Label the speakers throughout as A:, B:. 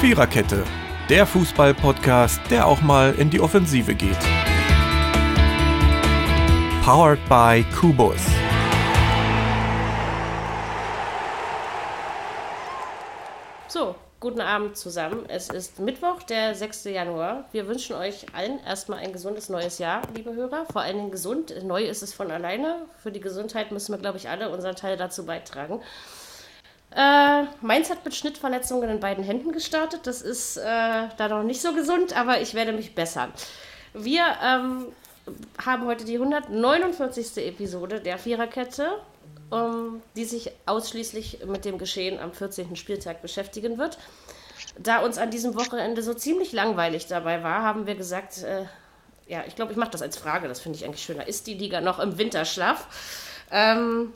A: Viererkette, der Fußball-Podcast, der auch mal in die Offensive geht. Powered by Kubus.
B: So, guten Abend zusammen. Es ist Mittwoch, der 6. Januar. Wir wünschen euch allen erstmal ein gesundes neues Jahr, liebe Hörer. Vor allen Dingen gesund. Neu ist es von alleine. Für die Gesundheit müssen wir, glaube ich, alle unseren Teil dazu beitragen. Äh, Mainz hat mit Schnittverletzungen in beiden Händen gestartet. Das ist äh, da noch nicht so gesund, aber ich werde mich bessern. Wir ähm, haben heute die 149. Episode der Viererkette, ähm, die sich ausschließlich mit dem Geschehen am 14. Spieltag beschäftigen wird. Da uns an diesem Wochenende so ziemlich langweilig dabei war, haben wir gesagt, äh, ja, ich glaube, ich mache das als Frage, das finde ich eigentlich schöner. Ist die Liga noch im Winterschlaf? Ähm,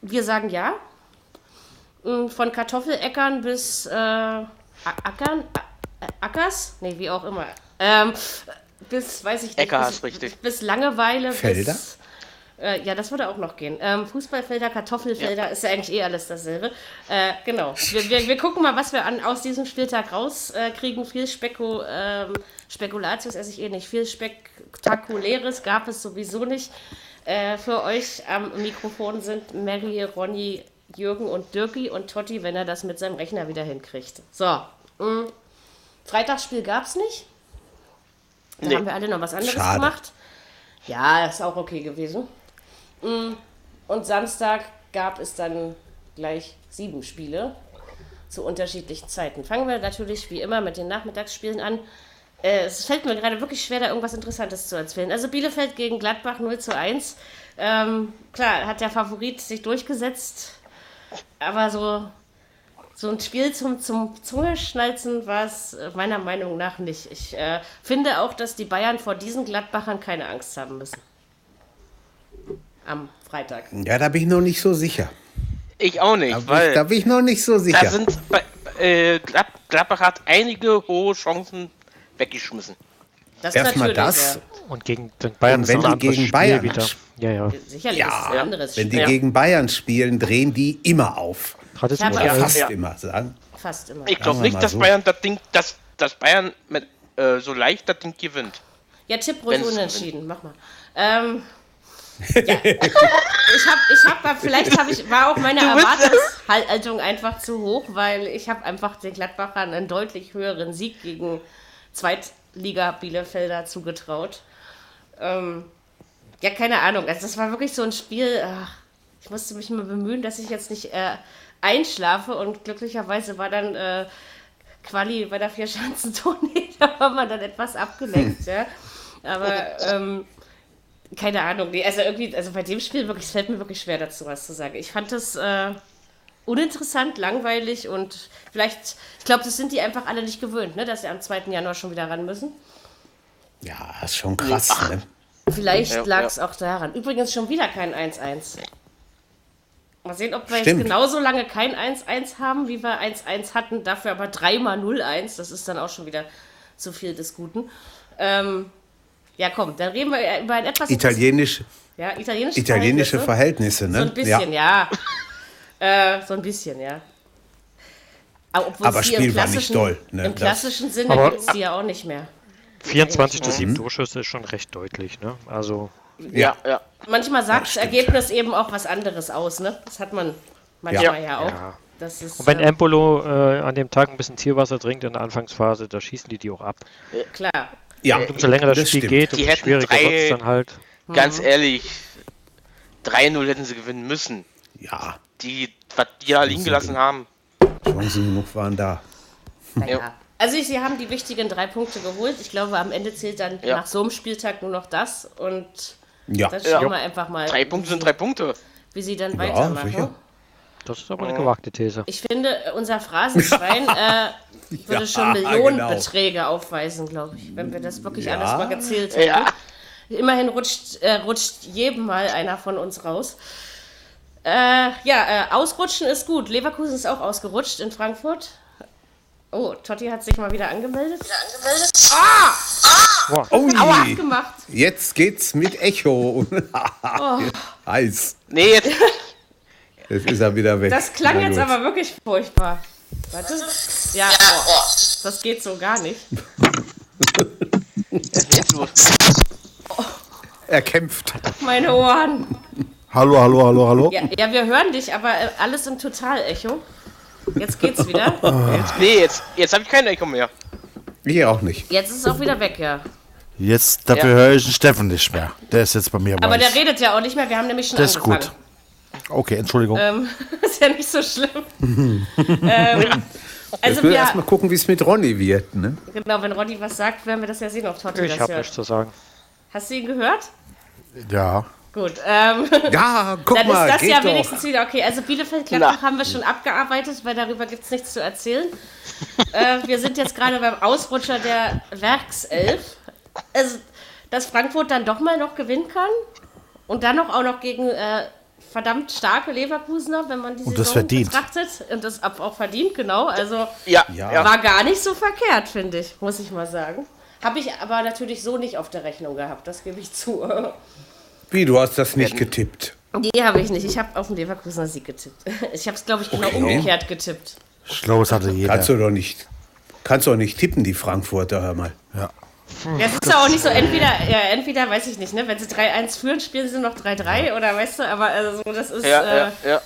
B: wir sagen ja, Mm, Von Kartoffeleckern bis äh, A- Ackern, A- A- Ackers, nee, wie auch immer. Ähm, bis, weiß ich nicht.
C: Äcker
B: bis,
C: ist richtig.
B: Bis Langeweile.
D: Felder?
B: Bis, äh, ja, das würde auch noch gehen. Ähm, Fußballfelder, Kartoffelfelder, ist ja eigentlich eh alles dasselbe. Äh, genau. Wir, wir, wir gucken mal, was wir an, aus diesem Spieltag rauskriegen. Äh, kriegen. viel Speko, ähm, Spekulatius esse ich eh nicht. Viel Spektakuläres gab es sowieso nicht. Äh, für euch am Mikrofon sind Mary, Ronny, Jürgen und Dirki und Totti, wenn er das mit seinem Rechner wieder hinkriegt. So. Mm. Freitagsspiel gab es nicht. Da
C: Nee.
B: haben wir alle noch was anderes
D: Schade.
B: gemacht. Ja, ist auch okay gewesen. Mm. Und Samstag gab es dann gleich sieben Spiele zu unterschiedlichen Zeiten. Fangen wir natürlich wie immer mit den Nachmittagsspielen an. Äh, es fällt mir gerade wirklich schwer, da irgendwas Interessantes zu erzählen. Also Bielefeld gegen Gladbach 0 zu 1. Ähm, klar, hat der Favorit sich durchgesetzt, aber so, so ein Spiel zum, zum Zungeschnalzen war es äh, meiner Meinung nach nicht. Ich äh, finde auch, dass die Bayern vor diesen Gladbachern keine Angst haben müssen. Am Freitag.
D: Ja, da bin ich noch nicht so sicher.
C: Ich auch nicht,
D: Da bin, ich,
C: weil
D: da bin ich noch nicht so sicher.
C: da sind bei- äh, Glad Gladbach hat einige hohe Chancen weggeschmissen.
B: Das ist
D: Erstmal
B: natürlich,
D: das.
B: ja.
E: Und gegen den Bayern
D: Und
E: ist
D: wenn
E: ein
D: die
E: anderes
D: gegen
E: Spiel
D: Bayern
E: wieder. Ja, ja.
B: Sicherlich
D: Ja,
B: ist es ein anderes
D: Wenn die
B: Spiel.
D: gegen Bayern spielen, drehen die immer auf.
E: Hat es
B: Ich hab
E: mal
B: Ja.
D: Oder
E: ja.
D: fast
C: Ja.
D: immer. Sagen.
B: Fast immer.
C: Ich
D: Sagen
C: glaube
D: wir
C: nicht,
D: mal
C: dass
D: so.
C: Bayern das Ding, dass, dass Bayern mit äh, so leicht das Ding gewinnt.
B: Ja, Tipp ruhig
C: Wenn's
B: unentschieden. Mach mal. Ähm, ja. ich habe, ich hab, vielleicht hab ich, war auch meine Erwartungshaltung einfach zu hoch, weil ich habe einfach den Gladbachern einen deutlich höheren Sieg gegen Zweitliga Bielefelder zugetraut. Ähm, ja, keine Ahnung. Also das war wirklich so ein Spiel. Ach, ich musste mich mal bemühen, dass ich jetzt nicht äh, einschlafe und glücklicherweise war dann äh, Quali bei der Vierschanzentournee, da war man dann etwas abgelenkt, ja. Aber ähm, keine Ahnung, nee, also irgendwie, also bei dem Spiel wirklich, es fällt mir wirklich schwer dazu was zu sagen. Ich fand das äh, uninteressant, langweilig und vielleicht, ich glaube, das sind die einfach alle nicht gewöhnt, ne, dass sie am 2. Januar schon wieder ran müssen.
D: Ja, ist schon krass. Ne?
B: Vielleicht
C: Ja,
B: lag es auch daran. Übrigens schon wieder kein 1-1. Mal sehen, ob wir jetzt
D: Stimmt.
B: genauso lange kein 1-1 haben, wie wir 1-1 hatten, dafür aber dreimal 0-1. Das ist dann auch schon wieder zu viel des Guten. Ähm, ja, komm, dann reden wir über ein etwas.
D: Italienisch,
B: ja, italienische,
D: italienische
B: Verhältnisse.
D: Verhältnisse, ne?
B: So ein bisschen,
D: ja.
B: ja. Äh, so ein bisschen, ja. Aber, obwohl
D: Aber
B: sie
D: Spiel
B: im
D: war nicht
B: klassischen-
D: doll, ne?
B: Im
D: Das-
B: klassischen Sinne
E: Aber-
B: gibt es die ja auch nicht mehr.
E: 24 zu 7
D: Mhm.
E: Torschüsse ist schon recht deutlich, ne? Also
C: Ja, ja.
B: manchmal sagt das Ergebnis eben auch was anderes aus, ne? Das hat man manchmal ja,
D: Ja.
B: auch.
E: Ja.
B: Das ist,
E: und wenn
B: äh,
E: Embolo äh, an dem Tag ein bisschen Tierwasser trinkt in der Anfangsphase, da schießen die die auch ab.
B: klar.
D: ja.
E: Umso länger das,
D: Das
E: Spiel
D: stimmt.
E: geht,
C: Die
E: umso
C: hätten
E: schwieriger
C: drei-
E: wird es dann halt.
C: Ganz ehrlich, 3-0 hätten sie gewinnen müssen.
D: ja,
C: Die, was die da liegen gelassen haben.
D: Chancen genug waren da.
B: Naja. Also ich, sie haben die wichtigen drei Punkte geholt. Ich glaube, am Ende zählt dann
C: Ja.
B: nach so einem Spieltag nur noch das und
D: Ja,
B: dann schauen
C: Ja.
B: wir einfach mal,
C: Drei Punkte sind drei Punkte.
B: wie sie dann
D: ja
B: weitermachen.
D: sicher.
E: Das ist aber eine gewagte These.
B: Ich finde, unser Phrasenschwein äh, würde
D: Ja,
B: schon Millionenbeträge
D: genau.
B: aufweisen, glaube ich, wenn wir das wirklich
D: Ja.
B: alles mal gezählt hätten.
C: Ja.
B: Immerhin rutscht, äh, rutscht jedem mal einer von uns raus. Äh, ja, äh, ausrutschen ist gut. Leverkusen ist auch ausgerutscht in Frankfurt. Oh, Totti hat sich mal wieder angemeldet.
D: Oh,
B: Aua, gemacht.
D: jetzt geht's mit Echo.
B: Oh.
D: Heiß.
C: Nee, jetzt.
D: Jetzt ist er wieder weg.
B: Das klang
D: Na
B: jetzt
D: gut.
B: aber wirklich furchtbar. Warte. Ja, oh. Das geht so gar nicht.
C: Es ist jetzt los.
D: Er kämpft.
B: Meine Ohren.
F: Hallo, hallo, hallo, hallo.
B: Ja, ja wir hören dich, aber äh, alles im Total-Echo. Jetzt geht's wieder.
C: Nee, jetzt, jetzt habe ich kein Echo mehr.
D: Ich auch nicht.
B: Jetzt ist es auch wieder weg, ja.
F: Jetzt, dafür
C: Ja.
F: höre ich den Steffen nicht mehr. Der ist jetzt bei mir.
B: Aber
F: weiß.
B: der redet ja auch nicht mehr. Wir haben nämlich schon
F: Das ist
B: angefangen.
F: gut. Okay, Entschuldigung.
B: Äh, Ähm, ist ja nicht so schlimm. ähm, also
D: Jetzt müssen wir
B: wir,
D: erstmal gucken, wie es mit Ronny wird. Ne?
B: genau, wenn Ronny was sagt, werden wir das ja sehen auf Totti.
E: Ich
B: das
E: habe
B: hört.
E: nichts zu sagen.
B: Hast du ihn gehört?
F: ja.
B: Gut. Ähm,
D: Ja, guck
B: dann
D: mal.
B: ist das
D: geht
B: ja
D: doch.
B: wenigstens wieder okay. Also Bielefeld-Gladbach haben wir schon abgearbeitet, weil darüber gibt es nichts zu erzählen. äh, wir sind jetzt gerade beim Ausrutscher der Werkself. Also, dass Frankfurt dann doch mal noch gewinnen kann und dann noch auch noch gegen äh, verdammt starke Leverkusener, wenn man die
F: Und das
B: Saison
F: verdient.
B: betrachtet. Und das ab- auch verdient, genau. Also
C: Ja,
D: Ja.
C: ja.
B: war gar nicht so verkehrt, finde ich, muss ich mal sagen. Habe ich aber natürlich so nicht auf der Rechnung gehabt, das gebe ich zu.
D: Wie, du hast das nicht getippt.
B: Nee, habe ich nicht. Ich habe auf den Leverkusener Sieg getippt. Ich habe es, glaube ich, genau
D: Okay.
B: umgekehrt getippt.
F: Ich glaube, es hatte jeder.
D: Kannst du doch nicht. Kannst du doch nicht tippen, die Frankfurter, hör mal.
B: Das ist ja auch nicht so, entweder, ja, entweder weiß ich nicht, ne? wenn sie 3-1 führen, spielen sie noch 3-3 oder weißt du, aber also, das ist,
C: Ja,
B: äh,
C: ja, ja.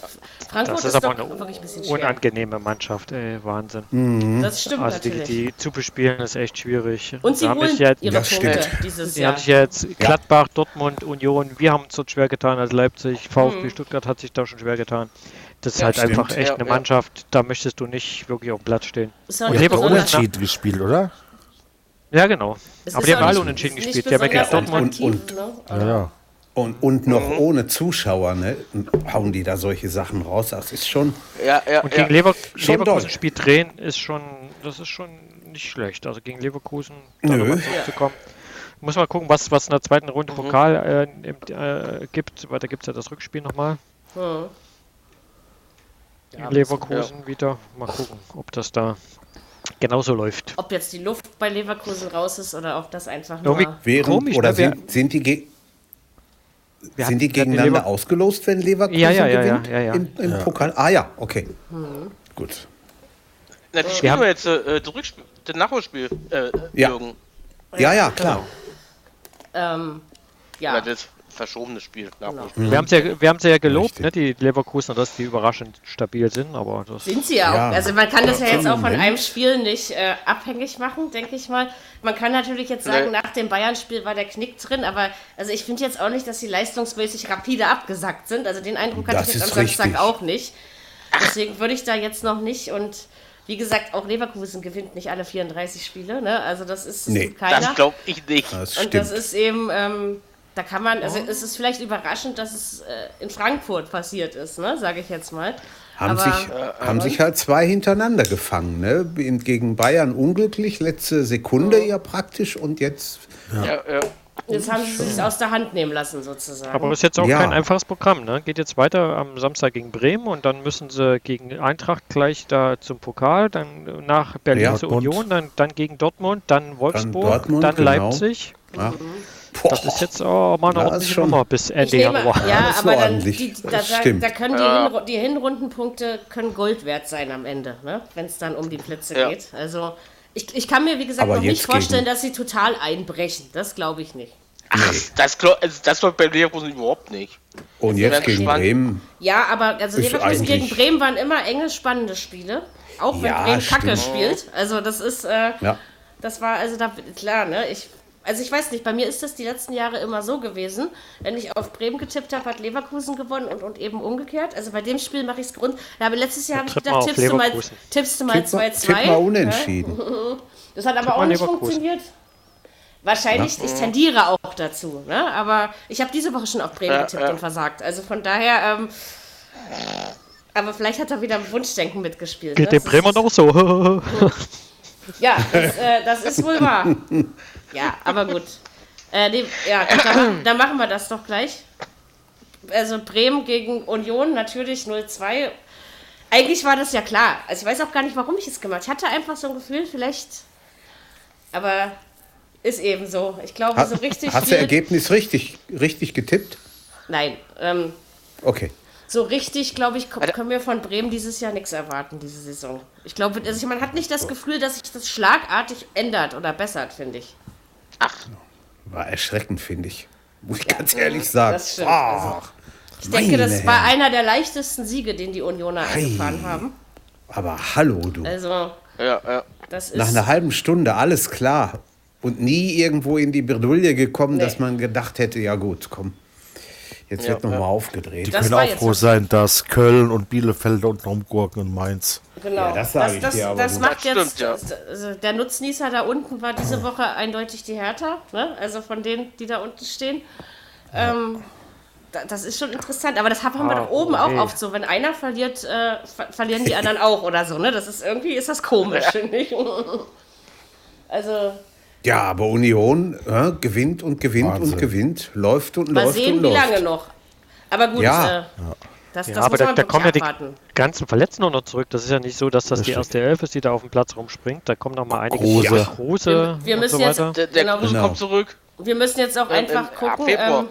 B: Frankfurt
E: Das
B: ist,
E: ist aber
B: doch
E: eine
B: wirklich ein bisschen schwer.
E: unangenehme Mannschaft, ey, Wahnsinn.
D: Mhm.
B: Das stimmt
E: Also die,
B: natürlich.
E: die zu bespielen ist echt schwierig.
B: Und sie
E: Da hab
B: holen
E: ich jetzt,
B: ihre
D: Das
B: Punkte
D: stimmt.
B: dieses
E: Die
B: Jahr.
E: haben sich jetzt Gladbach, Dortmund, Union, wir haben uns dort schwer getan als Leipzig, VfB
B: Mhm.
E: Stuttgart hat sich da schon schwer getan. Das ist halt
D: stimmt.
E: einfach echt
C: Ja,
E: eine
C: ja.
E: Mannschaft, da möchtest du nicht wirklich auf dem Platz stehen.
B: Ist doch
F: Ihr
B: nicht
F: habt doch
B: besonders-
F: unentschieden gespielt, oder?
E: Ja, genau.
B: es
E: Aber
B: ist
E: die
B: doch
E: haben alle
B: nicht-
E: unentschieden
B: nicht
E: gespielt. Die haben ja gegen
B: besonders
E: Dortmund.
B: attraktiv,
D: Und-
B: ne?
F: Ja, ja.
D: Und, und noch
B: Mhm.
D: ohne Zuschauer, ne? Hauen die da solche Sachen raus? Das ist schon.
C: ja, ja,
E: Und
C: ja.
E: gegen Lever
D: Schon
E: Leverkusen
D: doll.
E: Spiel drehen ist schon, das ist schon nicht schlecht. Also gegen Leverkusen da
D: Nö.
E: nochmal zurückzukommen. Muss mal gucken, was, was in der zweiten Runde
B: Mhm.
E: Pokal äh, im, äh, gibt, weil da gibt es ja das Rückspiel nochmal.
B: Hm.
E: in Leverkusen wieder. Mal gucken, ob das da genauso läuft.
B: Ob jetzt die Luft bei Leverkusen raus ist oder ob das einfach nur...
E: Irgendwie
D: Wären,
E: komisch,
D: oder
E: ne? Wir-
D: sind, sind die ge
E: wir
D: sind
E: hatten-
D: die
E: wir hatten
D: gegeneinander
E: Lever-
D: ausgelost, wenn Leverkusen
E: Ja, ja, ja,
D: gewinnt?
E: ja, ja, ja.
D: Im, im Pokal? Ah ja, okay.
B: Mhm.
D: Gut.
C: Na, die
E: Wir
C: spielen
E: haben-
C: wir jetzt äh, das, Rückspiel, das Nachholspiel, äh,
D: Ja.
C: Jürgen.
D: Ja, ja, klar.
B: Ähm,
C: Oder
B: ja,
C: das verschobene Spiel. Nachholspiel.
E: Wir haben es ja, wir haben's ja gelobt, ne, die Leverkusener, dass die überraschend stabil sind, aber das
B: sind sie ja auch.
D: Ja. ne?
B: Also man kann das ja jetzt auch von
D: Moment.
B: einem Spiel nicht äh, abhängig machen, denke ich mal. Man kann natürlich jetzt sagen,
C: Nee.
B: nach dem Bayern-Spiel war der Knick drin, aber also ich finde jetzt auch nicht, dass sie leistungsmäßig rapide abgesackt sind. Also den Eindruck hatte
D: Das
B: ich jetzt am
D: ist
B: Samstag
D: richtig.
B: auch nicht. Deswegen würde ich da jetzt noch nicht und wie gesagt, auch Leverkusen gewinnt nicht alle 34 Spiele, ne? Also das ist das
D: Nee.
B: tut
C: Das glaube ich nicht.
D: Das
B: Und
D: stimmt.
B: das ist eben, ähm, da kann man, also es ist vielleicht überraschend, dass es äh, in Frankfurt passiert ist, ne, sage ich jetzt mal.
D: haben
B: aber-
D: sich, haben sich halt zwei hintereinander gefangen. Ne? In- Gegen Bayern unglücklich, letzte Sekunde ja praktisch und jetzt.
C: Ja, ja.
B: Jetzt haben sie sich aus der Hand nehmen lassen, sozusagen.
E: aber ist jetzt auch
D: Ja.
E: kein einfaches Programm. Ne? Geht jetzt weiter am Samstag gegen Bremen und dann müssen sie gegen Eintracht gleich da zum Pokal, dann nach Berlin
D: Ja,
E: zur
F: Dortmund.
E: Union, dann, dann gegen Dortmund, dann Wolfsburg, dann,
D: Dortmund, genau.
E: Leipzig. Das ist jetzt auch mal eine
D: Ja, ist
E: ordentliche
D: schon-
E: Nummer bis
B: ich
E: Ende
B: nehme,
E: Januar.
B: ja,
D: Das war
B: aber dann,
D: ordentlich.
B: die, da,
D: Das
B: da,
D: stimmt.
B: da können die, Hinru die Hinrundenpunkte können Gold wert sein am Ende, ne? wenn es dann um die Plätze
C: Ja.
B: geht. Also ich, ich kann mir, wie gesagt,
D: Aber
B: noch nicht
D: jetzt
B: vorstellen,
D: gegen-
B: dass sie total einbrechen. Das glaube ich nicht.
C: Ach, das glaub, also das läuft bei Leverkusen überhaupt nicht.
D: Und
C: bin
D: jetzt gegen
C: gespannt.
D: Bremen.
B: Ja, aber also
D: Ist
B: Leverkusen gegen
D: eigentlich-
B: Bremen waren immer enge, spannende Spiele. Auch wenn
D: Ja,
B: Bremen Kacke
D: stimmt.
B: spielt. Also das ist, äh,
D: Ja.
B: das war also da klar, ne? Ich, also ich weiß nicht, bei mir ist das die letzten Jahre immer so gewesen. Wenn ich auf Bremen getippt habe, hat Leverkusen gewonnen und, und eben umgekehrt. Also bei dem Spiel mache ich es grund. Aber letztes Jahr habe ich
E: Tipp mal
B: gedacht,
E: auf
B: tippst du, mal,
E: Leverkusen.
B: tippst du mal ne?
D: Tipp mal, tipp
B: 2-2.
D: mal unentschieden.
B: Das hat aber
E: mal
B: auch nicht
E: Leverkusen.
B: funktioniert. Wahrscheinlich, ich tendiere auch dazu, ne? aber ich habe diese Woche schon auf Bremen getippt und versagt. Also von daher, ähm, aber vielleicht hat er wieder im Wunschdenken mitgespielt.
E: Geht
B: ne?
E: dem Bremer
B: das
E: noch so.
B: ist, Ja, das, äh, das ist wohl wahr. Ja, aber gut. Äh, nee, ja, gut, dann, dann machen wir das doch gleich. Also Bremen gegen Union, natürlich 0-2. Eigentlich war das ja klar. Also ich weiß auch gar nicht, warum ich es gemacht habe. Ich hatte einfach so ein Gefühl, vielleicht. Aber ist eben so. Ich glaube, so
D: Hat,
B: Also richtig.
D: hast du
B: viel-
D: Ergebnis richtig, richtig getippt?
B: Nein. Ähm,
D: Okay.
B: So richtig, glaube ich, ko-
C: Alter.
B: können wir von Bremen dieses Jahr nichts erwarten, diese Saison. Ich glaube, also man hat nicht das Gefühl, dass sich das schlagartig ändert oder bessert, finde ich.
D: War erschreckend, finde ich. Muss ich ganz ehrlich sagen.
B: das stimmt. Also,
D: Ach,
B: Ich denke, das
D: meine
B: war
D: Herren.
B: einer der leichtesten Siege, den die Unioner eingefahren haben.
D: Aber hallo, du.
B: Also,
C: Ja, ja.
B: das
D: Nach
B: ist.
D: einer halben Stunde alles klar. Und nie irgendwo in die Bredouille gekommen,
B: Nee.
D: dass man gedacht hätte, ja gut, komm. Jetzt wird nochmal aufgedreht.
F: Die
B: Das
F: können
B: war
F: auch
B: jetzt
F: froh
B: was.
F: sein, dass Köln und Bielefeld und Rumgurken und Mainz.
B: Genau.
D: Ja, das sag ich
B: das,
D: dir aber
B: das
D: gut. Oh.
B: macht
C: Das
B: jetzt.
C: stimmt, ja.
B: das- also der Nutznießer da unten war diese Woche eindeutig die Hertha, ne? also von denen, die da unten stehen. Ähm, da- das ist schon interessant, aber das haben wir
D: Ah,
B: da
D: oh,
B: oben auch oft so. Wenn einer verliert, äh, ver verlieren die anderen auch oder so. Ne? Das ist irgendwie ist das komisch, finde ich. Also
D: Ja, aber Union äh, gewinnt und gewinnt
F: Wahnsinn.
D: und gewinnt, läuft und
B: mal
D: läuft
B: sehen,
D: und
B: wie
D: läuft.
B: lange noch. Aber gut,
D: Ja.
B: äh, das, das
E: Ja, aber
B: muss
E: da,
B: man
E: da
B: wirklich
E: kommen ja die
B: abwarten.
E: ganzen Verletzten auch noch zurück. Das ist ja nicht so, dass das, die erste Elf ist, die da auf dem Platz rumspringt. Da kommen noch mal einige
F: Große.
E: Ja. große
B: Wir müssen
E: und so
B: jetzt-
E: weiter.
C: Der, der
B: Genau.
C: Kruse
D: Genau.
C: kommt zurück.
B: Wir müssen jetzt auch einfach
C: ab
B: gucken,
C: Februar.
B: ähm,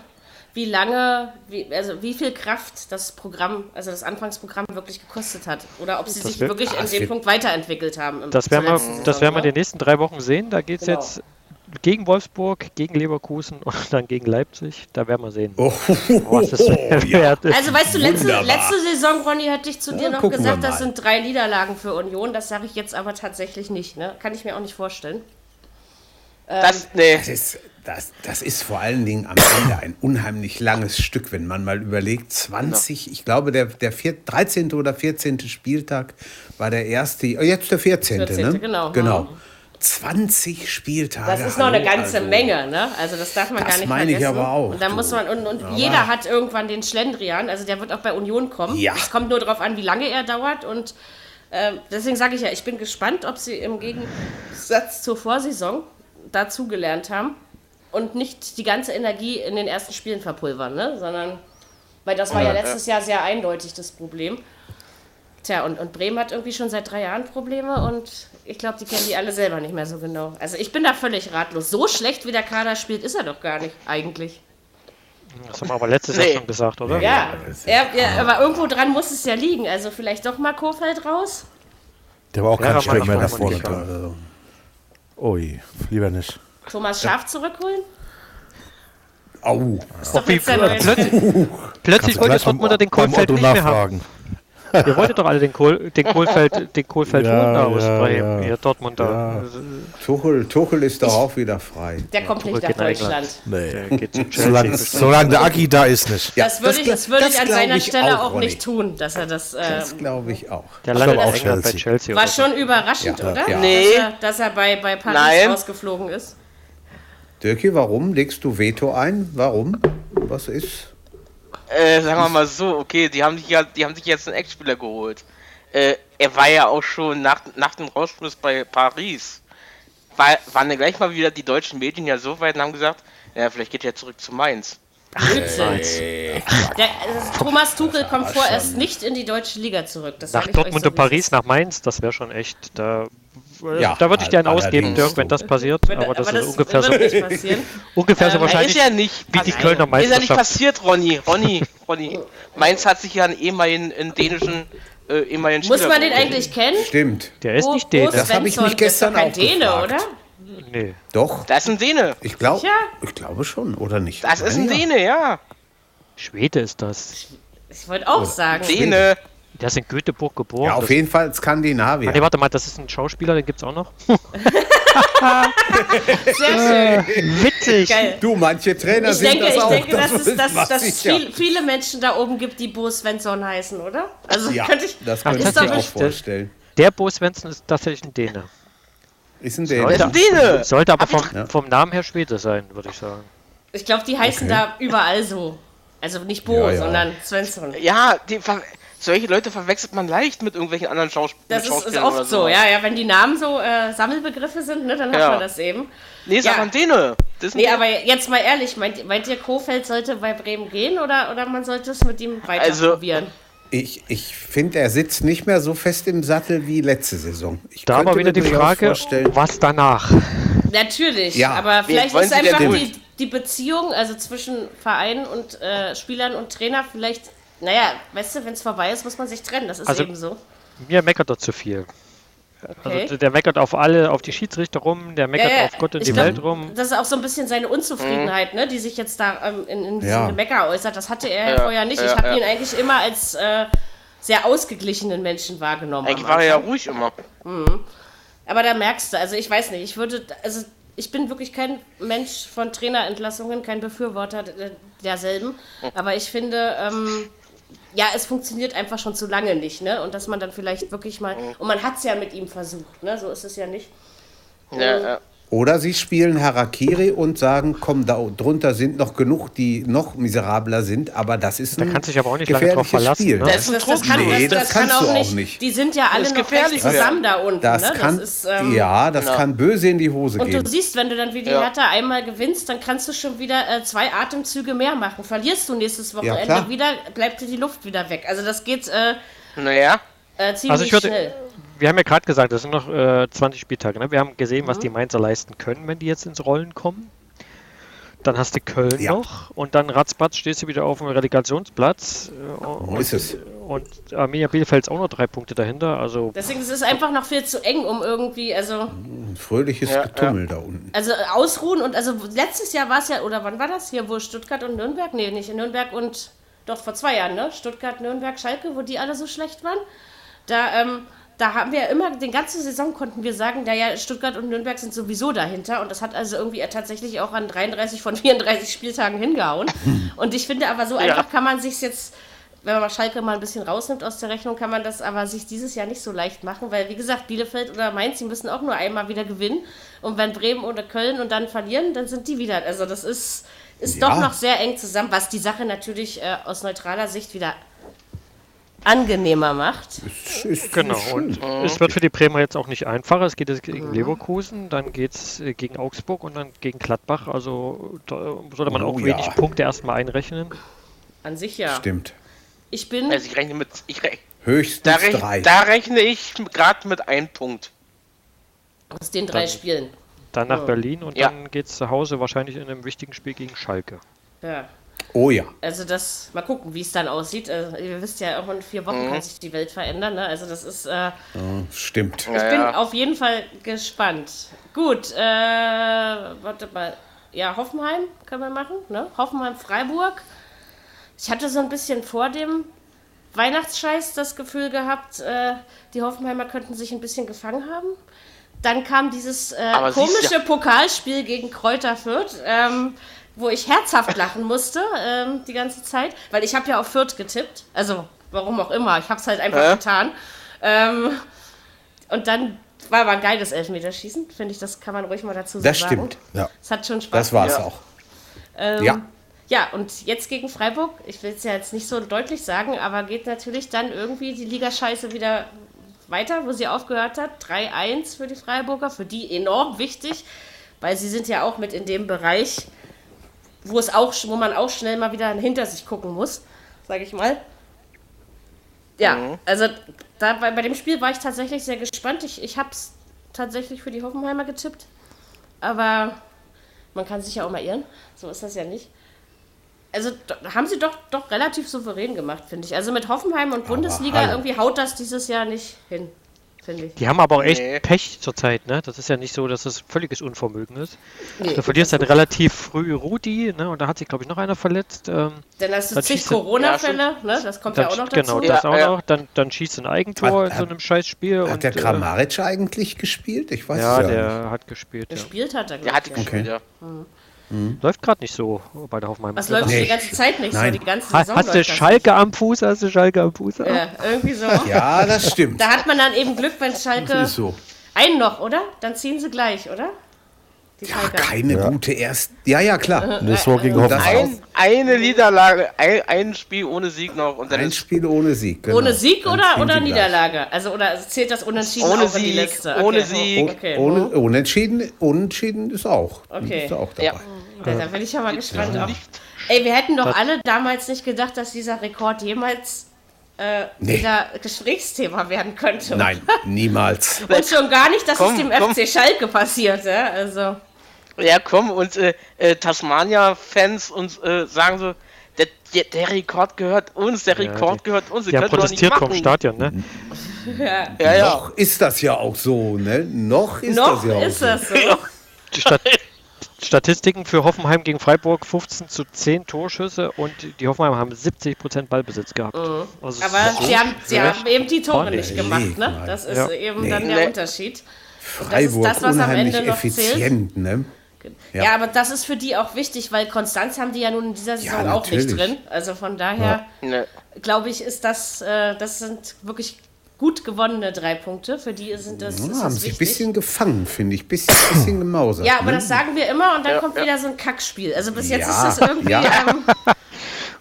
B: wie lange, wie, also wie viel Kraft das Programm, also das Anfangsprogramm wirklich gekostet hat. Oder ob sie sich
E: wird-
B: wirklich an dem
D: wird-
B: Punkt weiterentwickelt haben. im-
E: Das
B: zur
E: werden,
B: letzten
E: wir, das
B: Saison,
E: werden wir in
B: ne?
E: den nächsten drei Wochen sehen. Da geht es
B: Genau.
E: jetzt gegen Wolfsburg, gegen Leverkusen und dann gegen Leipzig. Da werden wir sehen,
D: Oh,
E: was das wert ist.
B: Also weißt du, letzte,
D: Wunderbar.
B: letzte Saison, Ronny, hatte ich zu dir noch
D: gucken wir
B: gesagt,
D: mal.
B: das sind drei Niederlagen für Union. Das sage ich jetzt aber tatsächlich nicht. Ne? Kann ich mir auch nicht vorstellen.
C: Ähm. Das, nee.
D: Das ist, das, das ist vor allen Dingen am Ende ein unheimlich langes Stück, wenn man mal überlegt, 20, ich glaube, der, der vier, 13. oder 14. Spieltag war der erste, oh, jetzt der 14.
B: 14.,
D: ne?
B: genau.
D: genau. 20 Spieltage.
B: Das ist noch eine
D: hallo,
B: ganze
D: also.
B: Menge, ne? Also das darf man
D: Das
B: gar nicht
D: meine ich
B: vergessen.
D: aber auch,
B: Und da
D: du.
B: muss man und, und jeder hat irgendwann den Schlendrian, also der wird auch bei Union kommen.
D: Ja.
B: Es kommt nur darauf an, wie lange er dauert und ähm, deswegen sage ich ja, ich bin gespannt, ob sie im Gegensatz zur Vorsaison dazugelernt haben und nicht die ganze Energie in den ersten Spielen verpulvern, ne? Sondern weil das war ja, letztes Jahr sehr eindeutig das Problem. Tja, und, und Bremen hat irgendwie schon seit drei Jahren Probleme und ich glaube, die kennen die alle selber nicht mehr so genau. Also ich bin da völlig ratlos. So schlecht wie der Kader spielt, ist er doch gar nicht eigentlich.
E: Das haben wir aber letztes Jahr
C: Nee.
E: schon gesagt, oder?
B: Ja, ja, ja aber irgendwo dran muss es ja liegen. Also vielleicht doch mal Kofeld raus.
F: Der war auch
E: Ja,
F: kein
E: aber
F: Stück
E: manchmal
F: mehr nach
E: muss man
F: vorne
E: nicht
F: dran. Also. Ui, lieber nicht.
B: Thomas Schaf zurückholen.
D: Au.
B: Ist doch
E: Wie,
B: jetzt der neue
E: plötzlich plötzlich wollte
F: Gleich beim-
E: Dortmunder den
F: beim
E: Kohlfeld
F: Otto
E: nicht mehr haben.
F: nachfragen.
E: Ihr wolltet doch alle den, Kohl, den Kohlfeld, den Kohlfeld
F: Ja,
E: runter aus
F: ja,
E: Bremen,
F: ja.
E: ihr Dortmunder.
D: Tuchel, Tuchel ist doch auch wieder frei.
B: der kommt nicht nach
E: zurück in England.
B: Deutschland.
F: Nee.
E: Äh, Geht zu
F: Solange,
E: Chelsea.
F: solange der Aki da ist, nicht.
B: Das würde ich,
D: gl-
B: das würde ich
D: das
B: an
D: glaub
B: seiner
D: ich
B: Stelle
D: auch,
B: auch
D: Ronny.
B: nicht tun, dass er das. Äh,
D: Das glaube ich auch.
E: Der landet
F: aber
E: in
F: auch
E: England bei
F: Chelsea.
E: Chelsea.
B: war
E: oder so.
B: schon überraschend,
D: Ja,
B: oder? Dass,
D: ja.
B: er,
C: Nee.
B: dass er bei, bei Paris
C: Nein.
B: rausgeflogen ist.
D: Dirki, warum legst du Veto ein? Warum? Was ist?
C: Äh, sagen wir mal so, okay, die haben sich ja, die haben sich jetzt einen Ex-Spieler geholt. Äh, er war ja auch schon nach, nach dem Rausschmiss bei Paris. War, waren ja gleich mal wieder die deutschen Medien ja so weit und haben gesagt, ja, vielleicht geht er zurück zu Mainz.
B: Blödsinn. Der, also Thomas Tuchel kommt vorerst nicht in die deutsche Liga zurück. Das
E: Nach
B: sag ich euch
E: Dortmund
B: so,
E: und
B: wie es
E: Paris, nach Mainz, das wäre schon echt. Da, äh,
D: Ja,
E: da würde ich dir einen
D: all-
E: ausgeben,
D: allerdings.
E: Dirk, wenn das passiert.
B: ist.
E: aber das ist ungefähr so,
B: wird nicht passieren.
E: ungefähr
B: Ähm, er
E: so
C: Er
E: wahrscheinlich
C: ist ja nicht
E: wie die
C: pass-
E: Kölner
C: Ist ja nicht
E: Meisterschaft.
C: passiert, Ronny. Ronny, Ronny. Mainz hat sich ja einen ehemaligen einen dänischen, äh, ehemaligen
B: Muss
C: Spieler
B: man den
C: geholt.
B: eigentlich kennen?
D: Stimmt.
E: Der ist
B: Bo-
E: nicht
B: Bo
E: Däne.
D: Das hab ich
B: Svensson
D: mich
B: ist
D: gestern
B: doch kein
D: auch
B: Däne,
D: gefragt.
B: oder?
E: Nee.
D: Doch.
C: Das ist ein Däne.
D: Ich glaube,
B: Sicher?
D: ich glaube schon, oder nicht?
C: Das ist ein
E: Ah,
D: Ja, ja.
C: Däne, ja.
E: Schwede ist das.
B: Ich wollte
D: Oh.
B: auch sagen.
C: Däne.
E: Der ist in Göteborg geboren.
D: Ja,
E: das
D: auf jeden Fall Skandinavier.
E: Ah, nee, warte mal, das ist ein Schauspieler, den gibt's auch noch.
B: Sehr schön.
E: Witzig!
B: Geil.
D: Du, manche Trainer
B: Ich
D: sind
B: denke,
D: das
B: ich
D: auch.
B: denke, dass es
D: ist
B: dass,
D: was
B: dass es
D: sicher.
B: viel, viele Menschen da oben gibt, die Bo Svensson heißen, oder? Also
D: Ja,
B: könnte ich,
D: das
E: Ach,
D: könnte ich
E: das
B: ist doch
D: mir auch
E: richtig.
D: vorstellen.
E: Der Bo Svensson ist tatsächlich ein Däne.
D: Ist ein
C: Das ist
D: Däne.
C: ein Däne.
E: Sollte aber vom,
D: Ja.
E: vom Namen her Schwede sein, würde ich sagen.
B: ich glaube, die heißen da überall so. Also nicht Bo,
D: Ja, ja.
B: sondern Svensson.
C: Ja, die, ver- solche Leute verwechselt man leicht mit irgendwelchen anderen Schaus
B: Das
C: mit
B: ist, ist
C: Schauspielern oder
B: oft so,
C: sowas.
B: ja, ja. Wenn die Namen so äh, Sammelbegriffe sind, ne, dann hat
C: Ja.
B: man das eben.
C: Nee, ist
B: Ja.
C: aber ein Däne. Das ist ein
B: Nee,
C: Däne.
B: aber jetzt mal ehrlich, meint, meint ihr, Kofeld sollte bei Bremen gehen oder, oder man sollte es mit ihm weiter
C: Also-
B: probieren?
D: Ich, ich finde, er sitzt nicht mehr so fest im Sattel wie letzte Saison. Ich
E: Da
D: könnte
E: aber wieder
D: mir
E: die
D: durchaus
E: Frage,
D: vorstellen-
E: was danach?
B: Natürlich,
D: Ja.
B: aber
C: Wen
B: vielleicht
C: wollen
B: ist
C: Sie denn
B: einfach
C: holen?
B: die, die Beziehung, also zwischen Verein und äh, Spielern und Trainer, vielleicht Naja, weißt du, wenn es vorbei ist, muss man sich trennen. Das ist
E: Also-
B: eben so.
E: Mir meckert er zu viel.
B: Okay.
E: Also der meckert auf alle, auf die Schiedsrichter rum, der meckert
B: Ja, ja,
E: auf Gott und
B: ich
E: die
B: glaub-
E: Welt rum.
B: Das ist auch so ein bisschen seine Unzufriedenheit,
C: Mhm.
B: ne, die sich jetzt da ähm, in, in diesem
D: Ja.
B: Gemecker äußert. Das hatte er ja,
C: Ja,
B: vorher nicht. Ich
C: ja,
B: habe
C: ja.
B: ihn eigentlich immer als äh, sehr ausgeglichenen Menschen wahrgenommen.
C: Eigentlich
B: am
C: war er ja
B: Anfang.
C: ruhig immer.
B: Aber da merkst du, also ich weiß nicht, ich würde, also ich bin wirklich kein Mensch von Trainerentlassungen, kein Befürworter d- derselben. Aber ich finde, ähm, ja, es funktioniert einfach schon zu lange nicht, ne? Und dass man dann vielleicht wirklich mal, und man hat es ja mit ihm versucht, ne? So ist es ja nicht.
C: Ja, ja.
D: Oder sie spielen Harakiri und sagen, komm, da drunter sind noch genug, die noch miserabler sind, aber das ist ein
E: kannst du dich aber auch nicht lange drauf
D: gefährliches
E: verlassen,
D: Spiel.
E: ne?
C: Das ist ein
B: Das, das,
C: Druck.
B: kann,
D: Nee,
B: das,
D: das
B: das kann
D: kannst
B: auch,
D: du auch
B: nicht.
D: nicht.
B: Die sind ja alle
C: Das ist
B: noch recht
C: gefährlich.
B: zusammen da unten.
D: Das
B: ne?
D: kann,
B: das ist, ähm,
D: ja, das
C: ja.
D: kann böse in die Hose
B: Und
D: gehen.
B: du siehst, wenn du dann wie die
C: Ja.
B: Hertha einmal gewinnst, dann kannst du schon wieder äh, zwei Atemzüge mehr machen. Verlierst du nächstes Wochenende
D: klar.
B: wieder, bleibt dir die Luft wieder weg. Also das geht äh,
C: Naja,
B: äh, ziemlich
E: Also ich würde-
B: schnell.
E: Wir haben ja gerade gesagt, das sind noch äh, 20 Spieltage. Ne? Wir haben gesehen, was die Mainzer leisten können, wenn die jetzt ins Rollen kommen. Dann hast du Köln
D: Ja.
E: noch und dann ratzbatz stehst du wieder auf dem Relegationsplatz. Äh,
D: Wo
E: und,
D: Oh, ist es?
E: und Arminia Bielefeld ist auch noch drei Punkte dahinter. Also
B: Deswegen es ist es einfach noch viel zu eng, um irgendwie, also,
D: Ein fröhliches
C: Ja,
D: Getummel da unten.
B: also ausruhen. Und also letztes Jahr war es ja, oder wann war das hier, wo Stuttgart und Nürnberg, nee, nicht in Nürnberg und doch vor zwei Jahren, ne? Stuttgart, Nürnberg, Schalke, wo die alle so schlecht waren. Da, ähm, da haben wir ja immer, den ganzen Saison konnten wir sagen, da ja Stuttgart und Nürnberg sind sowieso dahinter. Und das hat also irgendwie tatsächlich auch an 33 von 34 Spieltagen hingehauen. Und ich finde aber so einfach kann man sich jetzt, wenn man mal Schalke mal ein bisschen rausnimmt aus der Rechnung, kann man das aber sich dieses Jahr nicht so leicht machen, weil wie gesagt, Bielefeld oder Mainz, die müssen auch nur einmal wieder gewinnen. Und wenn Bremen oder Köln und dann verlieren, dann sind die wieder. Also das ist, ist
D: Ja.
B: doch noch sehr eng zusammen, was die Sache natürlich äh, aus neutraler Sicht wieder angenehmer macht.
D: Ist, ist
E: Genau,
D: schön.
E: und es wird für die Bremer jetzt auch nicht einfacher. Es geht jetzt gegen Leverkusen, dann geht es gegen Augsburg und dann gegen Gladbach. Also da sollte man
D: Oh
E: auch
D: ja.
E: wenig Punkte erstmal einrechnen.
B: An sich ja.
D: Stimmt.
B: Ich bin
C: also ich rechne mit. Ich rechne, da,
D: Höchstens drei.
C: rech, da rechne ich gerade mit einem Punkt.
B: aus den drei
E: Dann-
B: Spielen.
E: Dann nach Berlin und
C: Ja.
E: dann geht es zu Hause wahrscheinlich in einem wichtigen Spiel gegen Schalke.
B: Ja.
D: Oh ja.
B: Also das, mal gucken, wie es dann aussieht. Also, ihr wisst ja, auch in vier Wochen kann sich die Welt verändern. Ne? Also das ist, äh,
D: Hm, Stimmt.
B: ich bin
C: ja.
B: auf jeden Fall gespannt. Gut, äh, warte mal. Ja, Hoffenheim können wir machen, ne? Hoffenheim, Freiburg. Ich hatte so ein bisschen vor dem Weihnachtsscheiß das Gefühl gehabt, äh, die Hoffenheimer könnten sich ein bisschen gefangen haben. Dann kam dieses äh,
C: Aber siehst
B: komische Pokalspiel gegen Kräuter Fürth, ähm, wo ich herzhaft lachen musste ähm, die ganze Zeit, weil ich habe ja auf Fürth getippt. Also warum auch immer, ich habe es halt einfach
C: Hä?
B: getan. Ähm, und dann war aber ein geiles Elfmeterschießen, finde ich, das kann man ruhig mal dazu
D: Das
B: sagen.
D: stimmt. Ja.
B: Das hat schon Spaß
D: Das war es
B: gemacht.
D: auch.
B: Ähm,
D: Ja.
B: Ja, und jetzt gegen Freiburg, ich will es ja jetzt nicht so deutlich sagen, aber geht natürlich dann irgendwie die Ligascheiße wieder weiter, wo sie aufgehört hat. 3-1 für die Freiburger, für die enorm wichtig, weil sie sind ja auch mit in dem Bereich, wo es auch, wo man auch schnell mal wieder hinter sich gucken muss, sage ich mal. Ja, also da, bei, bei dem Spiel war ich tatsächlich sehr gespannt. Ich, ich habe es tatsächlich für die Hoffenheimer getippt, aber man kann sich ja auch mal irren. So ist das ja nicht. Also do- haben sie doch, doch relativ souverän gemacht, finde ich. Also mit Hoffenheim und Bundesliga
D: hallo.
B: irgendwie haut das dieses Jahr nicht hin, finde ich.
E: Die haben aber auch echt
C: Nee.
E: Pech zurzeit, ne? Das ist ja nicht so, dass es völliges Unvermögen ist. Du verlierst dann relativ früh Rudi, ne? Und da hat sich, glaube ich, noch einer verletzt. Ähm,
B: Dann hast du
E: Dann
B: zig
E: schießt du-
B: Corona-Fälle, ne? Das kommt
E: dann,
B: ja auch noch dazu.
E: genau,
C: Ja,
E: das auch
C: ja.
E: noch. Dann, dann schießt ein Eigentor
D: Hat-
E: in so einem Scheißspiel. und,
D: Hat der
E: äh,
D: Kramaric eigentlich gespielt? Ich weiß
E: ja,
D: es ja nicht.
E: der hat gespielt. Ja.
B: Gespielt hat er,
C: Der
B: glaub
C: hat die
B: ich.
C: okay. wieder.
E: Läuft gerade nicht so bei der Hoffenheim.
B: Was läuft
D: Nee.
B: die ganze Zeit nicht
D: Nein.
B: so? Die ganze
E: Ha-
B: Saison
E: Hast du
B: läuft das
E: Schalke am Fuß? Hast du Schalke am Fuß?
B: nicht. Ja, irgendwie so.
D: Ja, das stimmt.
B: Da hat man dann eben Glück, wenn Schalke
D: Das ist so.
B: einen noch, oder? Dann ziehen sie gleich, oder? Die
D: Ja,
B: Schalke.
D: keine gute erst. Ja, ja, klar.
F: Das war gegen
D: Das
F: Hoffenheim.
D: ein,
C: Ein, eine Niederlage, ein, ein Spiel ohne Sieg noch und dann
D: ein
C: ist
D: Spiel ohne Sieg. genau.
B: Äh, Ohne Sieg
D: Dann
B: oder,
D: ziehen
B: oder
D: sie gleich.
B: Niederlage? Also oder zählt das Unentschieden
C: Ohne
B: auch in die
C: Sieg,
B: letzte?
C: ohne
B: ho-
C: Sieg.
D: Oh,
B: Okay.
D: ohne, unentschieden, unentschieden ist auch.
B: Okay.
D: Ist auch dabei.
C: Ja.
B: Da, da bin ich ja mal gespannt. Auch.
C: nicht.
B: Ey, wir hätten doch alle damals nicht gedacht, dass dieser Rekord jemals äh,
D: Nee.
B: wieder Gesprächsthema werden könnte.
D: Nein, niemals.
B: Und schon gar nicht, dass
C: Komm,
B: es dem
C: komm.
B: FC Schalke passiert. Ja? Also,
C: Ja, komm, und äh, äh, Tasmania-Fans uns äh, sagen so, Der, der, der Rekord gehört uns, der
E: Ja,
C: Rekord
E: die-
C: gehört uns.
E: Die haben
C: doch
E: protestiert vom Stadion,
D: Mhm.
E: ne?
C: Ja, ja.
D: Noch ist das ja auch so, ne? Noch ist
B: Noch
D: das ja auch
B: ist
D: so.
B: das so.
E: Die Stat Statistiken für Hoffenheim gegen Freiburg 15 zu 10 Torschüsse und die Hoffenheim haben 70% Ballbesitz gehabt. Also es
B: Aber
E: ist
B: sie haben, sie
E: Ja.
B: haben eben die Tore nicht
D: Überleg
B: gemacht, ne?
D: mal.
B: Das ist
E: Ja.
B: eben dann
C: Nee.
B: der Unterschied. Und das ist
D: Freiburg,
B: das, was am
D: unheimlich
B: Ende noch zählt.
D: effizient, ne?
B: Ja. aber das ist für die auch wichtig, weil Konstanz haben die ja nun in dieser Saison auch
D: natürlich.
B: nicht drin. Also von daher
C: Ne.
B: glaube ich, ist das, äh, das sind wirklich gut gewonnene drei Punkte. Für die sind das,
D: Ja,
B: ist
D: Ah, haben
B: das
D: sich
B: wichtig.
D: ein bisschen gefangen, finde ich. Bisschen, bisschen gemausert.
B: ja, aber
D: ne?
B: das sagen wir immer und dann kommt
C: ja.
B: wieder so ein Kackspiel. Also bis jetzt
D: Ja,
B: ist das irgendwie.
D: ja.
B: Ähm,